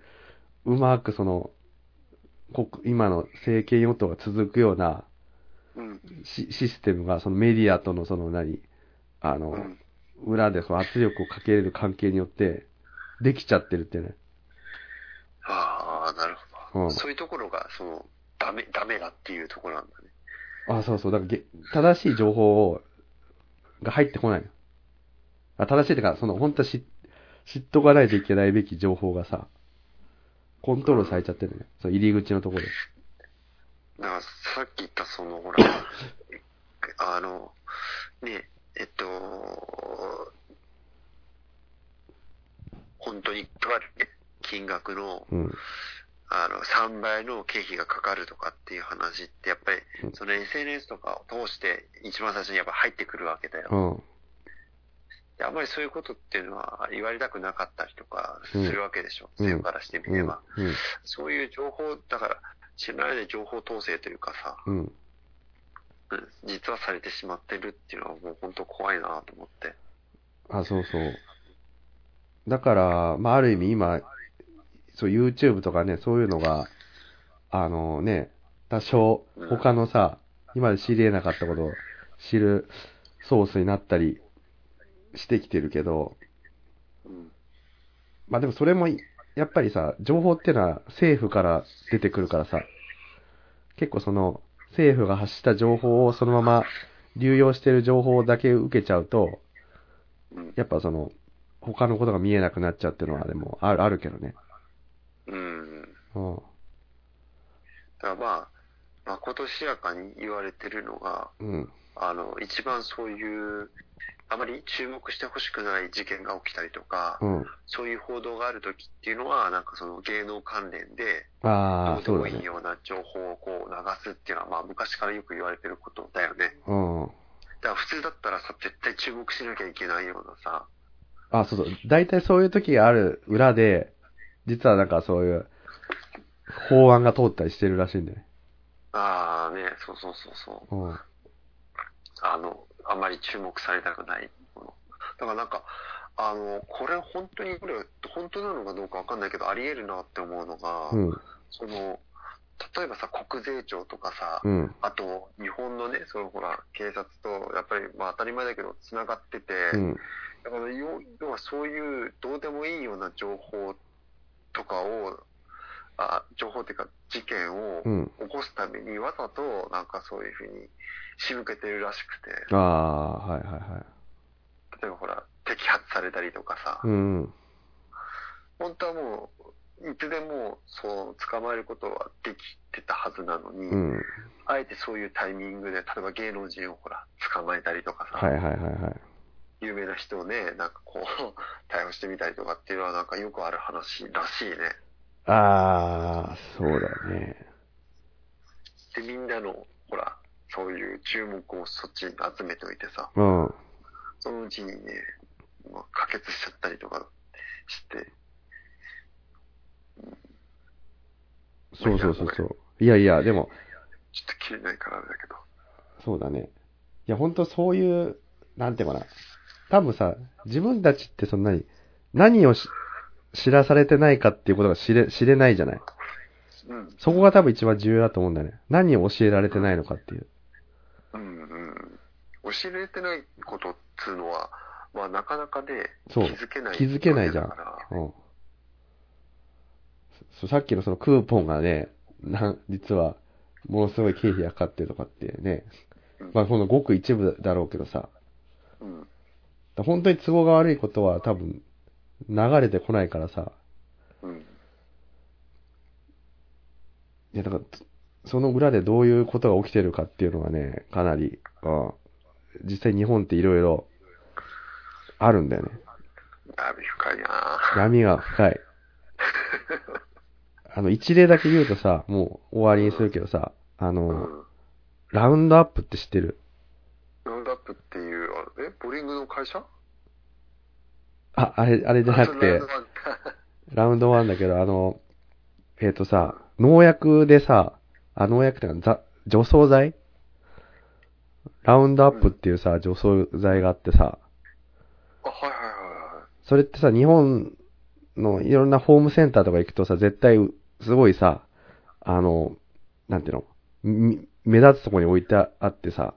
Speaker 2: うまくその、国今の政権与党が続くような
Speaker 3: ら、うん
Speaker 2: シシステムが、そのメディアとのその何、あの
Speaker 3: う、ん。
Speaker 2: 裏でその圧力をかけれる関係によって、できちゃってるってね。
Speaker 3: ああ、なるほど、
Speaker 2: うん
Speaker 3: そういうところが、その、ダメ、ダメだっていうところなんだね。
Speaker 2: あ、そうそう、だからげ、正しい情報を、が入ってこないの。あ正しいってか、その、本当は知、知っとかないといけないべき情報がさ、コントロールされちゃってるね。その入り口のところで。
Speaker 3: だから、さっき言った、その、
Speaker 2: <laughs>
Speaker 3: ほら、あの、ね、えっと、本当に、とあるね金額の、
Speaker 2: うん。
Speaker 3: あの、3倍の経費がかかるとかっていう話って、やっぱり
Speaker 2: う、ん
Speaker 3: その SNS とかを通して、一番最初にやっぱ入ってくるわけだよ。
Speaker 2: うん。
Speaker 3: であんまりそういうことっていうのは言われたくなかったりとかするわけでしょ。
Speaker 2: うん
Speaker 3: 政府からしてみ
Speaker 2: う
Speaker 3: れ
Speaker 2: ん。
Speaker 3: ば。そういう情報、だから、知らないで情報統制というかさ、
Speaker 2: うん。うん。
Speaker 3: うん実はされてしまってるっていうのはもう本当怖いなと思って。
Speaker 2: あ、そうそう。だから、まあ、ある意味今、そう、YouTube とかね、そういうのが、あのね、多少、他のさ、今まで知り得なかったことを知るソースになったりしてきてるけど、
Speaker 3: うん。
Speaker 2: まあでもそれもい、やっぱりさ、情報ってのは政府から出てくるからさ、結構その、政府が発した情報をそのまま流用してる情報だけ受けちゃうと、
Speaker 3: うん。
Speaker 2: やっぱその、他のことが見えなくなっちゃうっていうのはでもある、あるけどね。
Speaker 3: うん。だ
Speaker 2: うん。
Speaker 3: からまあ、まことしやかに言われてるのが、
Speaker 2: うん。
Speaker 3: あの、一番そういう、あまり注目してほしくない事件が起きたりとか
Speaker 2: う、ん。
Speaker 3: そういう報道がある時っていうのは、なんかその芸能関連で、ど
Speaker 2: ああ
Speaker 3: う、で
Speaker 2: そう
Speaker 3: も
Speaker 2: だ
Speaker 3: いい
Speaker 2: ね。
Speaker 3: ような情報をこう流すっていうのは、まあ昔からよく言われてることだよね。
Speaker 2: うん。
Speaker 3: だから普通だったらさ、絶対注目しなきゃいけないようなさ、
Speaker 2: あ、そうそう。大体そういう時がある裏で、実はなんかそういう、法案が通ったりしてるらしいんだよね。
Speaker 3: ああね、そうそうそうそう。
Speaker 2: うん。
Speaker 3: あの、あまり注目されたくないもの。だからなんか、あの、これ本当に、これ本当なのかどうかわかんないけど、あり得るなって思うのが、
Speaker 2: うん。
Speaker 3: その、例えばさ、国税庁とかさ、
Speaker 2: うん。
Speaker 3: あと、日本のね、そのほら、警察と、やっぱり、まあ当たり前だけど、繋がってて、
Speaker 2: うん。
Speaker 3: だから要要はそういうどうでもいいような情報とかをあ情報っていうか事件を
Speaker 2: うん。
Speaker 3: 起こすためにわざとなんかそういうふうに仕向けてるらしくて
Speaker 2: ああ、はいはいはい。
Speaker 3: 例えばほら摘発されたりとかさ、
Speaker 2: うんうん。
Speaker 3: 本当はもういつでもそう捕まえることはできてたはずなのに、
Speaker 2: うん。
Speaker 3: あえてそういうタイミングで例えば芸能人をほら捕まえたりとかさ、
Speaker 2: はいはいはいはい。
Speaker 3: 有名な人をねなんかこう <laughs> 逮捕してみたりとかっていうのはなんかよくある話らしいね。
Speaker 2: ああ、そうだね。
Speaker 3: で、みんなの、ほら、そういう注目をそっちに集めておいてさ、
Speaker 2: うん。
Speaker 3: そのうちにね、まあ、可決しちゃったりとかして、
Speaker 2: そうそうそうそう。いやいや、でも、
Speaker 3: ちょっと切れないからあれだけど。
Speaker 2: そうだね。いや、本当そういう、なんていうかな。多分さ、自分たちってそんなに、何をし知らされてないかっていうことが知れ、知れないじゃない。
Speaker 3: うん、
Speaker 2: そこが多分一番重要だと思うんだよね。何を教えられてないのかっていう。
Speaker 3: うん、うん。教えられてないことっつうのは、まあ、なかなかね、気
Speaker 2: そう
Speaker 3: づけない。
Speaker 2: 気づけないじゃん
Speaker 3: だから
Speaker 2: うん。そさっきのそのクーポンがね、なん、実は、ものすごい経費がかかってるとかってね、
Speaker 3: うん
Speaker 2: まあ、このごく一部だろうけどさ、
Speaker 3: うん。
Speaker 2: 本当に都合が悪いことは多分流れてこないからさ、
Speaker 3: うん。
Speaker 2: いやだからその裏でどういうことが起きてるかっていうのがね、かなり、うん実際日本っていろいろあるんだよね。
Speaker 3: 闇深いな
Speaker 2: 闇が深い。あの、一例だけ言うとさ、もう終わりにするけどさ、あ
Speaker 3: う
Speaker 2: の、
Speaker 3: ん。
Speaker 2: ラウンドアップって知ってる
Speaker 3: ラウンドアップっていう、あのえ、ボーリングの会社
Speaker 2: あ、あれ、あれじゃなくて、ラウンドワンだけど、あの、えっ、とさ、農薬でさ、あ、農薬ってか、ざ除草剤ラウンドアップっていうさ、除草剤があってさ、
Speaker 3: あ、はいはいはいはい。
Speaker 2: それってさ、日本のいろんなホームセンターとか行くとさ、絶対う、すごいさ、あの、なんていうの、み目立つとこに置いてあってさ、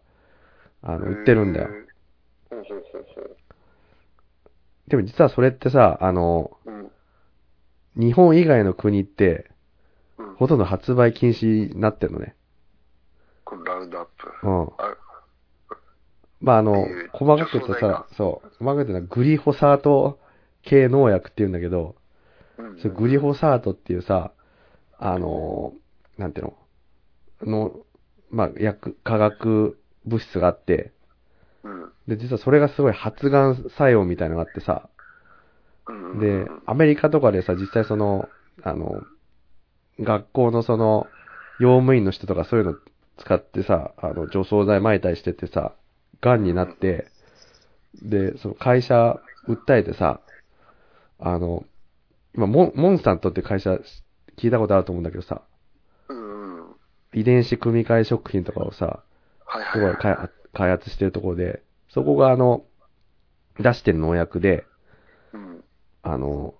Speaker 2: あの、売ってるんだよ。
Speaker 3: へー。ほうほうほうほ
Speaker 2: でも実はそれってさ、あの、
Speaker 3: う。うん。
Speaker 2: 日本以外の国って、
Speaker 3: うん。
Speaker 2: ほとんど発売禁止になってるのね。
Speaker 3: このラウンドアップ。
Speaker 2: うん。
Speaker 3: あ
Speaker 2: まあ、あの
Speaker 3: えー、
Speaker 2: 細かく言う
Speaker 3: 除
Speaker 2: と
Speaker 3: 草剤か
Speaker 2: さ、そう、細かく言うとグリホサート系農薬って言うんだけど、
Speaker 3: うん。
Speaker 2: そうグリホサートっていうさ、あのー、なんていうの、の、まあ、薬、化学物質があって、
Speaker 3: うん。
Speaker 2: で、実はそれがすごい発がん作用みたいなのがあってさ、
Speaker 3: うん。
Speaker 2: で、アメリカとかでさ、実際その、あの、学校のその、用務員の人とかそういうの使ってさ、あの、除草剤撒いたりしててさ、癌になって、で、その会社訴えてさ、あの、今、モンモンサントって会社聞いたことあると思うんだけどさ、
Speaker 3: うんうん。
Speaker 2: 遺伝子組み換え食品とかをさ、
Speaker 3: はいは
Speaker 2: す
Speaker 3: い
Speaker 2: ご
Speaker 3: はいい。
Speaker 2: 開発開発してるところで、そこがあの、出してる農薬で、
Speaker 3: うん。
Speaker 2: あの、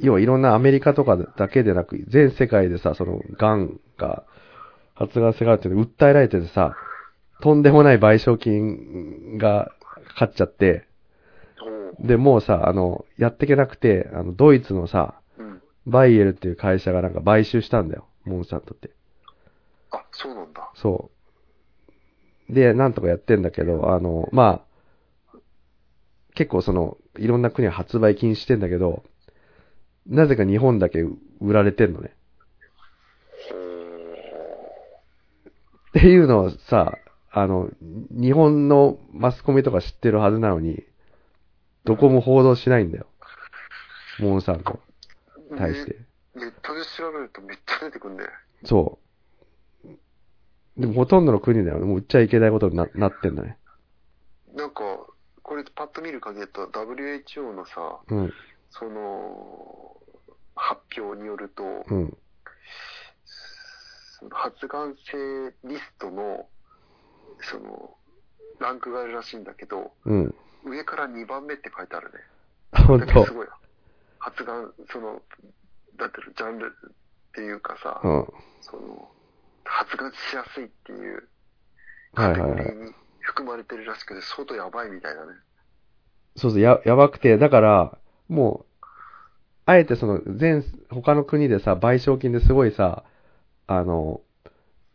Speaker 2: 要はいろんなアメリカとかだけでなく、全世界でさ、その、ガンが、発がん性があるっていうの訴えられててさ、とんでもない賠償金がかかっちゃって、
Speaker 3: ほう。
Speaker 2: で、もうさ、あの、やってけなくて、あの、ドイツのさ、
Speaker 3: うん。
Speaker 2: バイエルっていう会社がなんか買収したんだよ、モンサントって。
Speaker 3: あ、そうなんだ。
Speaker 2: そう。で、なんとかやってんだけど、あの、まあ、結構その、いろんな国は発売禁止してんだけど、なぜか日本だけ売られてんのね。
Speaker 3: ほう。
Speaker 2: っていうのをさ、あの、日本のマスコミとか知ってるはずなのに、どこも報道しないんだよ。モンサントに対して。
Speaker 3: ネネットで調べるとめっちゃ出てくんね。
Speaker 2: そう。でもほとんどの国ではもう売っちゃいけないことにななってんだね。
Speaker 3: なんか、これパッと見る限りだと WHO のさ、
Speaker 2: うん、
Speaker 3: その、発表によると、
Speaker 2: うん、
Speaker 3: その発がん性リストの、その、ランクがあるらしいんだけど、
Speaker 2: うん。
Speaker 3: 上から2番目って書いてあるね。
Speaker 2: ほん
Speaker 3: だから
Speaker 2: と
Speaker 3: す。ごい。発がん、その、だってジャンルっていうかさ、
Speaker 2: うん。は
Speaker 3: その、発がんしやすいっていう
Speaker 2: い
Speaker 3: カ
Speaker 2: はい
Speaker 3: テゴリ
Speaker 2: はい。
Speaker 3: ーに含まれてるらしくて、相当やばいみたいだね。
Speaker 2: そうそう、や、やばくて、だから、もう、あえてその、全、他の国でさ、賠償金ですごいさ、あの、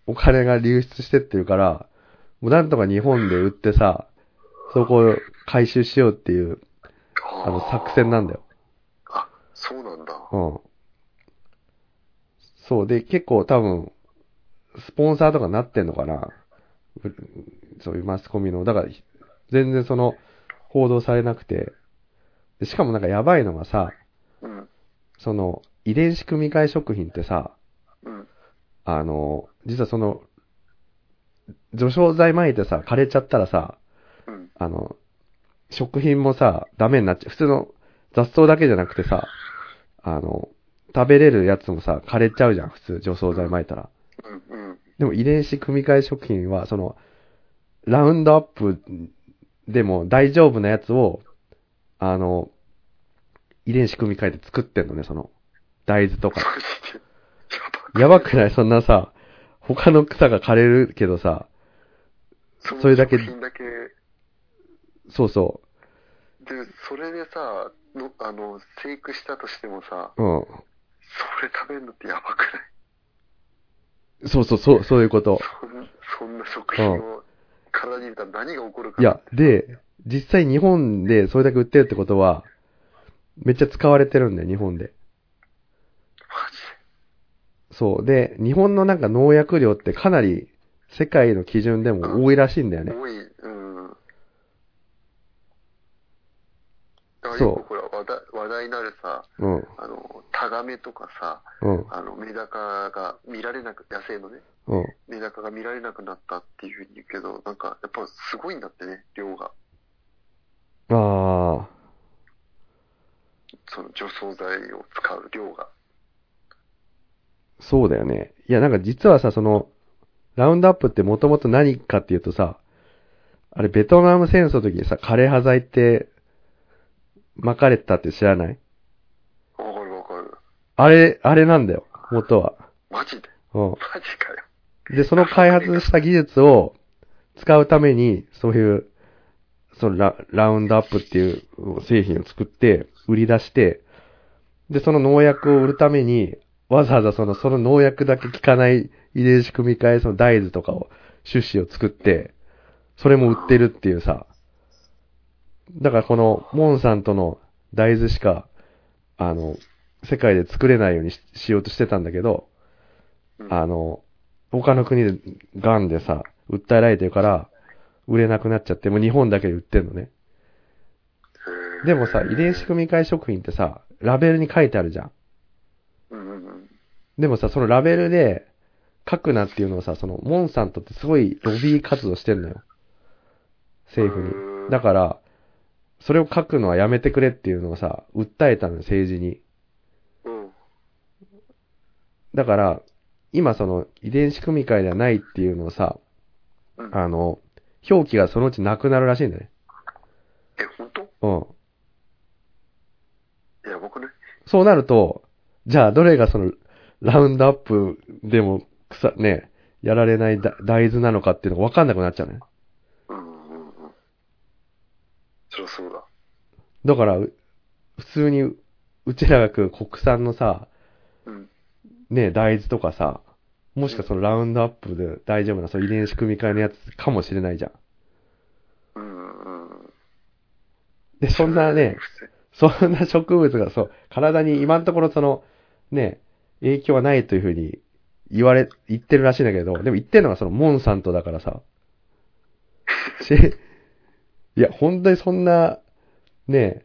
Speaker 2: お金が流出してってるから、もうなんとか日本で売ってさ、そこを回収しようっていう、
Speaker 3: あ
Speaker 2: あの、作戦なんだよ。
Speaker 3: あ、そうなんだ。
Speaker 2: うん。そう、で、結構多分、スポンサーとかなってんのかなうそういうマスコミの。だから、ひ全然その、報道されなくて。でしかもなんかやばいのがさ、
Speaker 3: うん、
Speaker 2: その、遺伝子組み換え食品ってさ、
Speaker 3: うん、
Speaker 2: あの、実はその、除草剤撒いてさ、枯れちゃったらさ、
Speaker 3: うん。
Speaker 2: あの、食品もさ、ダメになっちゃう。普通の雑草だけじゃなくてさ、あの、食べれるやつもさ、枯れちゃうじゃん、普通、除草剤撒いたら。
Speaker 3: うん、うん。
Speaker 2: でも遺伝子組み換え食品は、その、ラウンドアップでも大丈夫なやつを、あの、遺伝子組み換えて作ってんのね、その、大 <laughs> 豆とか。
Speaker 3: マジで
Speaker 2: やばくないそんなさ、他の草が枯れるけどさ、
Speaker 3: その
Speaker 2: それだけ
Speaker 3: 作品だけ
Speaker 2: そうそ
Speaker 3: で、それでさ、のあの、生育したとしてもさ、
Speaker 2: う、うん。
Speaker 3: それ食べるのってやばくない
Speaker 2: そうそうそう、そういうこと。
Speaker 3: そん <laughs> そんな食品を体に入れたら何が起こるか。
Speaker 2: いや、で、実際日本でそれだけ売ってるってことは、めっちゃ使われてるんだよ、日本で。
Speaker 3: マジ
Speaker 2: そう。で、日本のなんか農薬量ってかなり世界の基準でも多いらしいんだよ
Speaker 3: で
Speaker 2: ね。
Speaker 3: 多い、うん。だから
Speaker 2: そう
Speaker 3: よくほら話題話題になるさ、
Speaker 2: うん、
Speaker 3: あの、タガメとかさ、
Speaker 2: うん、
Speaker 3: あの、メダカが見られなく、野生のね、
Speaker 2: うん。
Speaker 3: メダカが見られなくなったっていうふうに言うけど、なんか、やっぱすごいんだってね、量が。
Speaker 2: ああ、
Speaker 3: その除草剤を使う量が。
Speaker 2: そうだよね。いや、なんか実はさ、その、ラウンドアップってもともと何かっていうとさ、あれ、ベトナム戦争の時にさ、枯葉剤って、巻かれてたって知らない
Speaker 3: わかるわかる。
Speaker 2: あれ、あれなんだよ、元は。
Speaker 3: マジで
Speaker 2: うん。
Speaker 3: マジかよ。
Speaker 2: で、その開発した技術を使うために、そういう、そのララウンドアップっていう製品を作って、売り出して、で、その農薬を売るために、わざわざその、その農薬だけ効かない遺伝子組み換え、その大豆とかを、種子を作って、それも売ってるっていうさ。だからこの、モンサントの大豆しか、あの、世界で作れないようにししようとしてたんだけど、
Speaker 3: うん
Speaker 2: あの、他の国でガンでさ、訴えられてるから、売れなくなっちゃって、もう日本だけで売ってんのね。
Speaker 3: へー
Speaker 2: でもさ、遺伝子組み換え食品ってさ、ラベルに書いてあるじゃん。
Speaker 3: うんうんうん。
Speaker 2: でもさ、そのラベルで書くなっていうのをさ、その、モンサントってすごいロビー活動してんのよ。政府
Speaker 3: う
Speaker 2: に。
Speaker 3: ん
Speaker 2: だから、それを書くのはやめてくれっていうのをさ、訴えたのよ、政治に。
Speaker 3: うん。
Speaker 2: だから、今その、遺伝子組み換えではないっていうのをさ、
Speaker 3: うん
Speaker 2: あの、表記がそのうちなくなるらしいんだね。
Speaker 3: え、本
Speaker 2: う
Speaker 3: 当
Speaker 2: ん。
Speaker 3: やばくない
Speaker 2: そうなると、じゃあどれがその、ラウンドアップでも、草、ね、やられないだ大豆なのかっていうのが分かんなくなっちゃうね。
Speaker 3: うんうんうん。そりゃそうだ。
Speaker 2: だから、う普通に、うちらが食う国産のさ、
Speaker 3: うん。
Speaker 2: ね、大豆とかさ、もしかそのラウンドアップで大丈夫な、その遺伝子組み換えのやつかもしれないじゃん。
Speaker 3: うんうん。
Speaker 2: で、そんなね、
Speaker 3: 普通
Speaker 2: そんな植物がそう、体に今のところその、ね、影響はないというふうに言われ、言ってるらしいんだけど、でも言ってるのがそのモンサントだからさ。し、いや、本当にそんな、ね、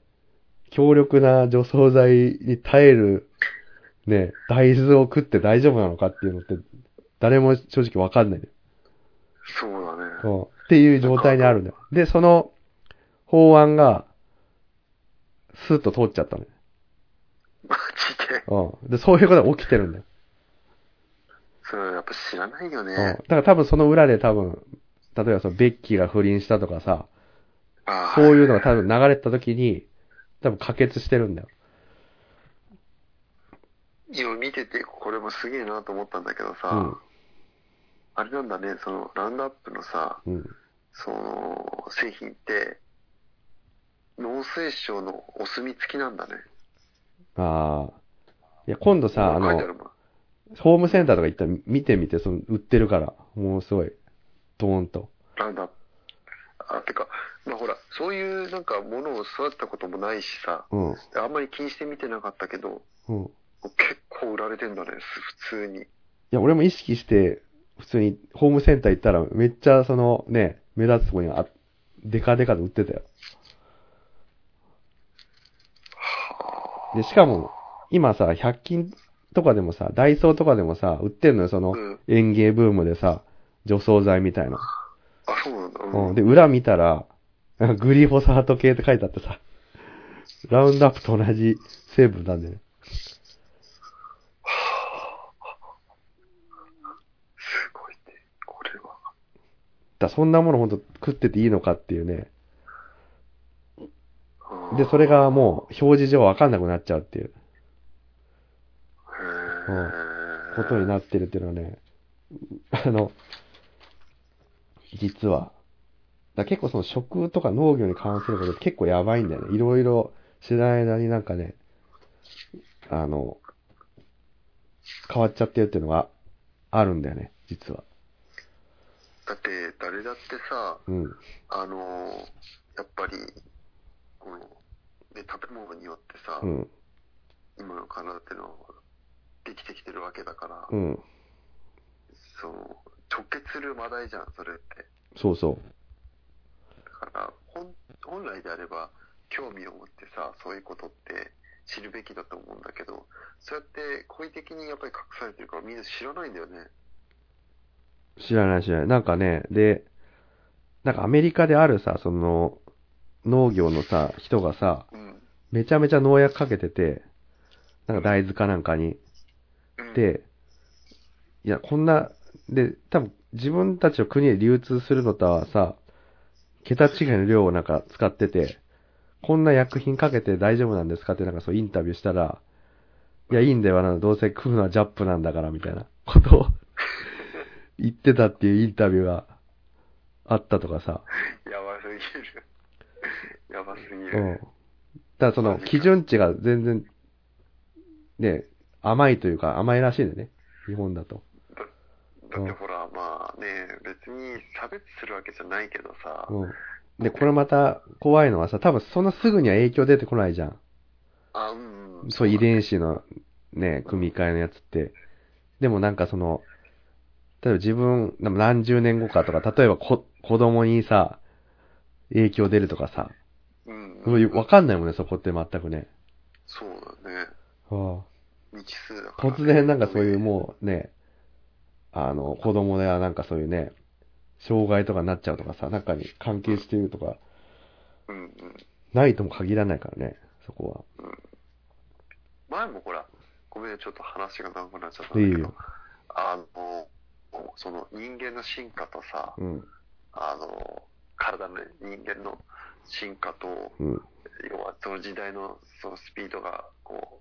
Speaker 2: 強力な除草剤に耐える、ね、大豆を食って大丈夫なのかっていうのって、誰も正直わかんない。
Speaker 3: そうだね。
Speaker 2: うんっていう状態にあるんだよ。で、その法案が、スーッと通っちゃったのよ。
Speaker 3: マジで。
Speaker 2: うん。で、そういうことが起きてるんだよ。
Speaker 3: それはやっぱ知らないよ
Speaker 2: うん。
Speaker 3: ね
Speaker 2: だ。から多分その裏で多分、例えばそのベッキーが不倫したとかさ、
Speaker 3: ああ
Speaker 2: そういうのが多分流れた時に、多分可決してるんだよ。
Speaker 3: 今見てて、これもすげえなと思ったんだけどさ、
Speaker 2: うん
Speaker 3: あれなんだね、そのラウンドアップのさ、
Speaker 2: うん。
Speaker 3: その製品って、農水省のお墨付きなんだね。
Speaker 2: ああ。いや、今度さ、あ
Speaker 3: 書いて
Speaker 2: の
Speaker 3: あ、るもん
Speaker 2: ホームセンターとか行ったら見てみて、その、売ってるから。もうすごい、ドーンと。
Speaker 3: ラウンドアップ。あ、てか、まあほら、そういうなんかものを育てたこともないしさ、
Speaker 2: うん。
Speaker 3: あんまり気にして見てなかったけど、
Speaker 2: うん。
Speaker 3: 結構売られてんだね、す普通に。
Speaker 2: いや、俺も意識して、普通にホームセンター行ったら、めっちゃそのね、目立つとこにあ、デカデカと売ってたよ。で、しかも、今さ、100均とかでもさ、ダイソーとかでもさ、売ってんのよ、その
Speaker 3: うん。
Speaker 2: 園芸ブームでさ、除草剤みたいな。
Speaker 3: あ、そうなんだ。う
Speaker 2: うんん、で、裏見たら、なんかグリフォサート系って書いてあってさ、ラウンドアップと同じ成分なんだよね。
Speaker 3: すごいね、これ
Speaker 2: だ
Speaker 3: は。
Speaker 2: からそんなものほんと食ってていいのかっていうね。
Speaker 3: うん
Speaker 2: で、それがもう表示上わかんなくなっちゃうっていう。
Speaker 3: へ
Speaker 2: ことになってるっていうのはね、あの、実は、だから結構その食とか農業に関することって結構やばいんだよね。いろいろ知らない間になんかね、あの、変わっちゃってるっていうのがあるんだよね、実は。
Speaker 3: だって、誰だってさ、
Speaker 2: うん。
Speaker 3: あのーやっぱり、この、ね、建物によってさ、
Speaker 2: うん。
Speaker 3: 今の体ってのはできてきてるわけだから、
Speaker 2: うん。
Speaker 3: その、直結する話題じゃん、それって。
Speaker 2: そうそう。
Speaker 3: だから、本、本来であれば、興味を持ってさ、そういうことって知るべきだと思うんだけど、そうやって故意的にやっぱり隠されてるから、みんな知らないんだよね。
Speaker 2: 知らない知らない。なんかね、で、なんかアメリカであるさ、その、農業のさ、人がさ、
Speaker 3: うん。
Speaker 2: めちゃめちゃ農薬かけてて、なんか大豆かなんかに。
Speaker 3: うん、
Speaker 2: で、いや、こんな、で、多分自分たちの国で流通するのとはさ、桁違いの量をなんか使ってて、こんな薬品かけて大丈夫なんですかってなんかそうインタビューしたら、いや、いいんだよな、どうせ食うのはジャップなんだから、みたいなことを <laughs> 言ってたっていうインタビューがあったとかさ、
Speaker 3: やばすぎる。 <laughs> やばすぎ
Speaker 2: う
Speaker 3: る。
Speaker 2: ん。ただその基準値が全然、ね、甘いというか甘いらしいんだよね、日本だと。
Speaker 3: だってほら、まあね、別に差別するわけじゃないけどさ、
Speaker 2: うん。で、これまた怖いのはさ、多分そんなすぐには影響出てこないじゃん。
Speaker 3: あ、うん。
Speaker 2: そう、遺伝子のね、組み換えのやつって。でもなんかその、例えば自分、でも何十年後かとか、例えばこ子供にさ、影響出るとかさ、
Speaker 3: うん。
Speaker 2: そういうわかんないもんね、そこって全くね。
Speaker 3: そうだね。
Speaker 2: あ
Speaker 3: 未知数だ
Speaker 2: あ
Speaker 3: から、
Speaker 2: 突然なんかそういうもうね、あの、子供ではなんかそういうね、障害とかになっちゃうとかさ、中に関係しているとか、
Speaker 3: う。うんうん。
Speaker 2: ないとも限らないからね、そこは。
Speaker 3: 前もほら、ごめんね、ちょっと話が長くなっちゃったんだけど、
Speaker 2: いいよ
Speaker 3: あの、その人間の進化とさ、
Speaker 2: うん、
Speaker 3: あの、体の人間の進化と、
Speaker 2: うん、
Speaker 3: 要はその時代のそのスピードがこう、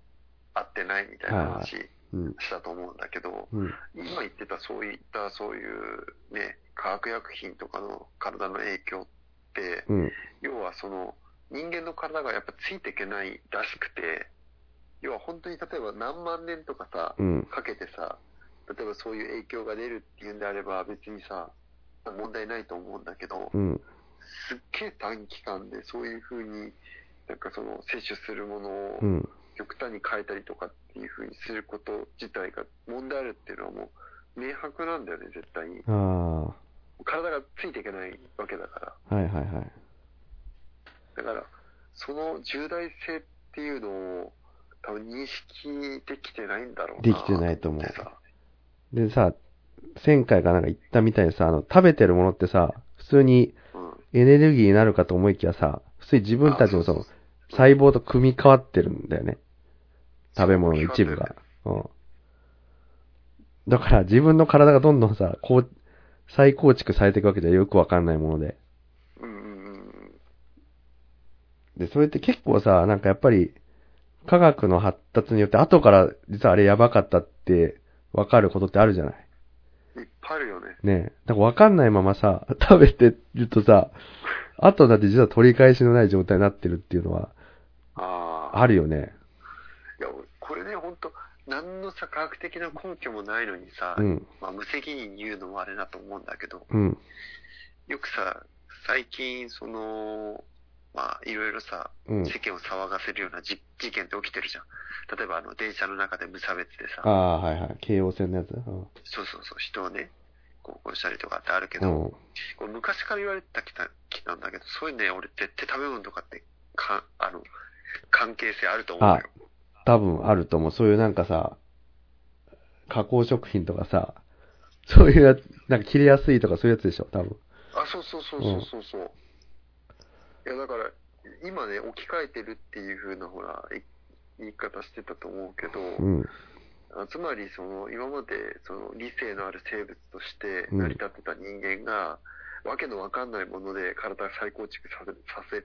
Speaker 3: 合ってないみたいな話
Speaker 2: うん、
Speaker 3: したと思うんだけど、
Speaker 2: うん、
Speaker 3: 今言ってたそういったそういうね、化学薬品とかの体の影響って、
Speaker 2: うん、
Speaker 3: 要はその人間の体がやっぱついていけないらしくて、要は本当に例えば何万年とかさ、
Speaker 2: うん、
Speaker 3: かけてさ、例えばそういう影響が出るっていうんであれば別にさ、問題ないと思うんだけど
Speaker 2: う、ん、
Speaker 3: すっげえ短期間でそういう風に、なんかその摂取するものを
Speaker 2: うん、
Speaker 3: 極端に変えたりとかっていう風にすること自体が問題あるっていうのはもう明白なんだよね、絶対に。
Speaker 2: ああ、は
Speaker 3: 体がついていけないわけだから。
Speaker 2: いはいはい。
Speaker 3: だから、その重大性っていうのを多分認識できてないんだろう
Speaker 2: で
Speaker 3: な。
Speaker 2: きてないと思う
Speaker 3: ってさ
Speaker 2: でさ、前回かなんか言ったみたいにさ、あの、食べてるものってさ、普通に
Speaker 3: うん。
Speaker 2: エネルギーになるかと思いきやさ、普通に自分たちのその、細胞と組み替わってるんだよね。食べ物の一部が。うん。だから自分の体がどんどんさ、こう、再構築されていくわけじゃよくわかんないもので。
Speaker 3: うんうんうん。
Speaker 2: で、それって結構さ、なんかやっぱり、科学の発達によって、後から実はあれやばかったって、わかることってあるじゃない
Speaker 3: いっぱいあるよね。
Speaker 2: ねえ。だからわかんないままさ、 <laughs> 食べてるとさ、後だって実は取り返しのない状態になってるっていうのは、
Speaker 3: ああ。
Speaker 2: あるよね。
Speaker 3: いや、これね、本当何のさ、科学的な根拠もないのにさ、
Speaker 2: うん、
Speaker 3: まあ、無責任に言うのもあれだと思うんだけど、
Speaker 2: うん、
Speaker 3: よくさ、最近、その、まあ、いろいろさ、
Speaker 2: うん。
Speaker 3: 世間を騒がせるようなじ事件って起きてるじゃん。例えば、あの、電車の中で無差別で
Speaker 2: あ
Speaker 3: さ、
Speaker 2: あ、はいはい。京王線のやつ。うん
Speaker 3: そうそうそう、人をね、こう殺したりとかってあるけ
Speaker 2: う
Speaker 3: ど、
Speaker 2: ん。
Speaker 3: こう昔から言われてたきたきたんだけど、そういうね、俺絶対食べ物とかって、かあの、関係性あると思うよ。
Speaker 2: 多分あると思う。そういうなんかさ、加工食品とかさ、そういうやつ、なんか切れやすいとかそういうやつでしょ、多分。
Speaker 3: あ、そうそうそうそうそうそう。いや、だから、今ね、置き換えてるっていう風な、ほら、い言い方してたと思うけど、
Speaker 2: うん、
Speaker 3: あつまり、その、今まで、その、理性のある生物として
Speaker 2: うん
Speaker 3: 成り立ってた人間が、わけのわかんないもので体を再構築させ、させ、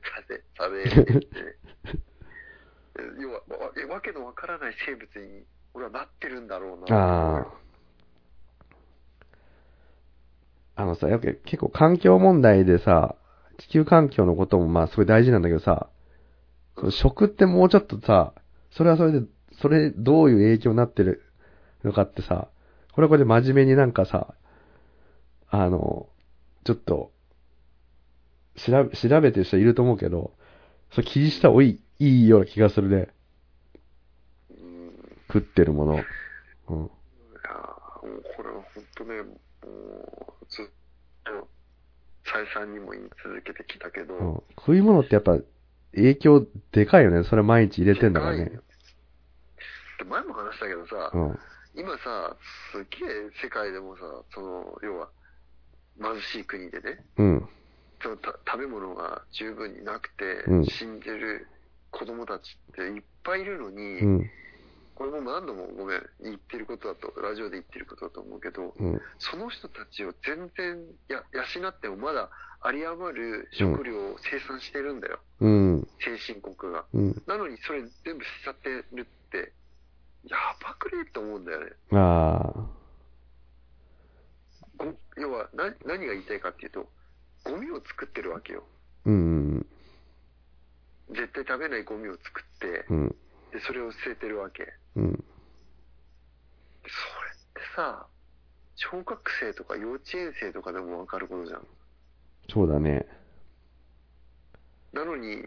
Speaker 3: させ、さ
Speaker 2: <laughs>
Speaker 3: れてて、え要はわえ、わけのわからない生物に、俺はなってるんだろうな。
Speaker 2: ああ。あのさ、やっぱ結構環境問題でさ、地球環境のこともまあすごい大事なんだけどさ、その食ってもうちょっとさ、それはそれで、それどういう影響になってるのかってさ、これはこれで真面目になんかさ、あの、ちょっと、調べ、調べてる人いると思うけど、それ気にした方がいい、いいような気がするね。
Speaker 3: うん、い
Speaker 2: 食ってるもの。うん。
Speaker 3: やーもうこれは本当ね、もうずっと再三にも言い続けてきたけど、
Speaker 2: うん、食い物ってやっぱ影響でかいよね。それ毎日入れてんだからね。
Speaker 3: で前も話したけどさ、
Speaker 2: うん。
Speaker 3: 今さ、すげえ世界でもさ、その、要は、貧しい国でね、
Speaker 2: うん。
Speaker 3: そのた食べ物が十分になくて、
Speaker 2: うん
Speaker 3: 死んでる子供たちっていっぱいいるのに、
Speaker 2: うん。
Speaker 3: これも何度もごめん、言ってることだと、ラジオで言ってることだと思うけど、
Speaker 2: うん。
Speaker 3: その人たちを全然や養ってもまだ有り余る食料を生産してるんだよ、
Speaker 2: うん。
Speaker 3: 先進国が。
Speaker 2: うん。
Speaker 3: なのにそれ全部しちゃってるって、やばくねって思うんだよね。
Speaker 2: ああ。
Speaker 3: ご要はな何が言いたいかっていうと、ゴミを作ってるわけよ。
Speaker 2: うん。
Speaker 3: 絶対食べないゴミを作って、
Speaker 2: うん。
Speaker 3: でそれを捨ててるわけ。で
Speaker 2: うん。
Speaker 3: それってさ、小学生とか幼稚園生とかでもわかることじゃん。
Speaker 2: そうだね。
Speaker 3: なのに、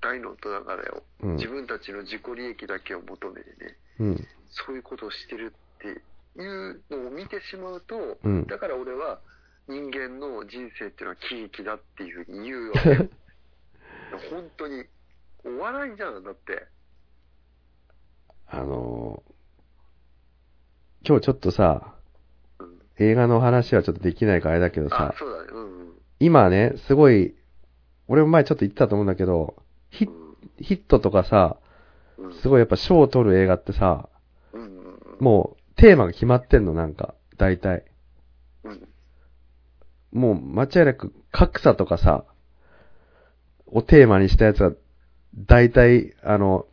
Speaker 3: 大の大人からよ、
Speaker 2: うん。
Speaker 3: 自分たちの自己利益だけを求めてね、
Speaker 2: うん。
Speaker 3: そういうことをしてるっていうのを見てしまうと、
Speaker 2: うん。
Speaker 3: だから俺は人間の人生っていうのは喜劇だっていうふうに言うわ
Speaker 2: <laughs>
Speaker 3: けよ。本当に。お笑いじゃん、だって。
Speaker 2: あのー今日ちょっとさ、
Speaker 3: うん、
Speaker 2: 映画の話はちょっとできないからあれだけど
Speaker 3: あ
Speaker 2: さ、、
Speaker 3: そうだね。うん
Speaker 2: 今ね、すごい、俺も前ちょっと言ってたと思うんだけど、ヒ
Speaker 3: う、ん。
Speaker 2: ヒットとかさ、
Speaker 3: うん。
Speaker 2: すごいやっぱ賞を取る映画ってさ、
Speaker 3: うん。うん。
Speaker 2: もうテーマが決まってんの、なんか、大体。
Speaker 3: うん。
Speaker 2: もう間違いなく格差とかさ、をテーマにしたやつが、大体、あの、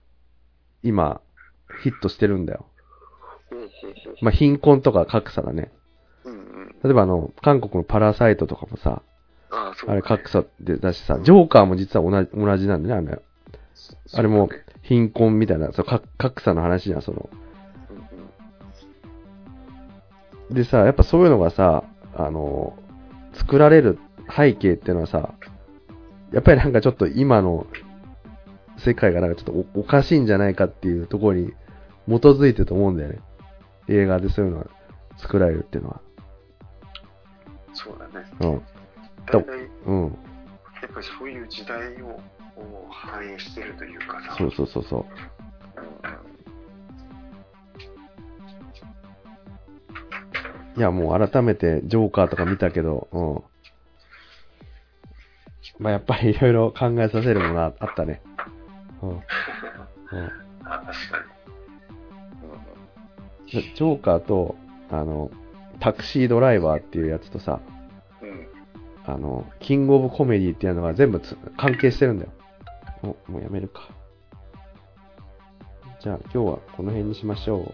Speaker 2: 今、ヒットしてるんだよ。
Speaker 3: ほうほうほう
Speaker 2: まあ、貧困とか格差だね。
Speaker 3: うんうん。
Speaker 2: 例えばあの、韓国のパラサイトとかもさ、
Speaker 3: あ、そう
Speaker 2: あ
Speaker 3: だね
Speaker 2: れ格差でだしさ
Speaker 3: う、ん
Speaker 2: ジョーカーも実は同じ、同じなんだよね、あれ。あれも
Speaker 3: そうだね
Speaker 2: 貧困みたいな、その格格差の話じゃん、その。
Speaker 3: うんうん
Speaker 2: でさ、やっぱそういうのがさ、あの、作られる背景っていうのはさ、やっぱりなんかちょっと今の世界がなんかちょっとおおかしいんじゃないかっていうところに基づいてると思うんだよね。映画でそういうのが作られるっていうのは。
Speaker 3: そうだね。
Speaker 2: うん。
Speaker 3: 大体、や
Speaker 2: うん。
Speaker 3: っぱりそういう時代をこう反映してるというかさ。
Speaker 2: そうそうそうそう。いや、もう改めてジョーカーとか見たけど、うん。まあ、やっぱりいろいろ考えさせるものああったね。うん。うん。
Speaker 3: あ、確かに。
Speaker 2: ジョーカーと、あの、タクシードライバーっていうやつとさ、
Speaker 3: うん。うん。
Speaker 2: あの、キングオブコメディっていうのが全部つ関係してるんだよ。お、もうやめるか。じゃあ今日はこの辺にしましょう。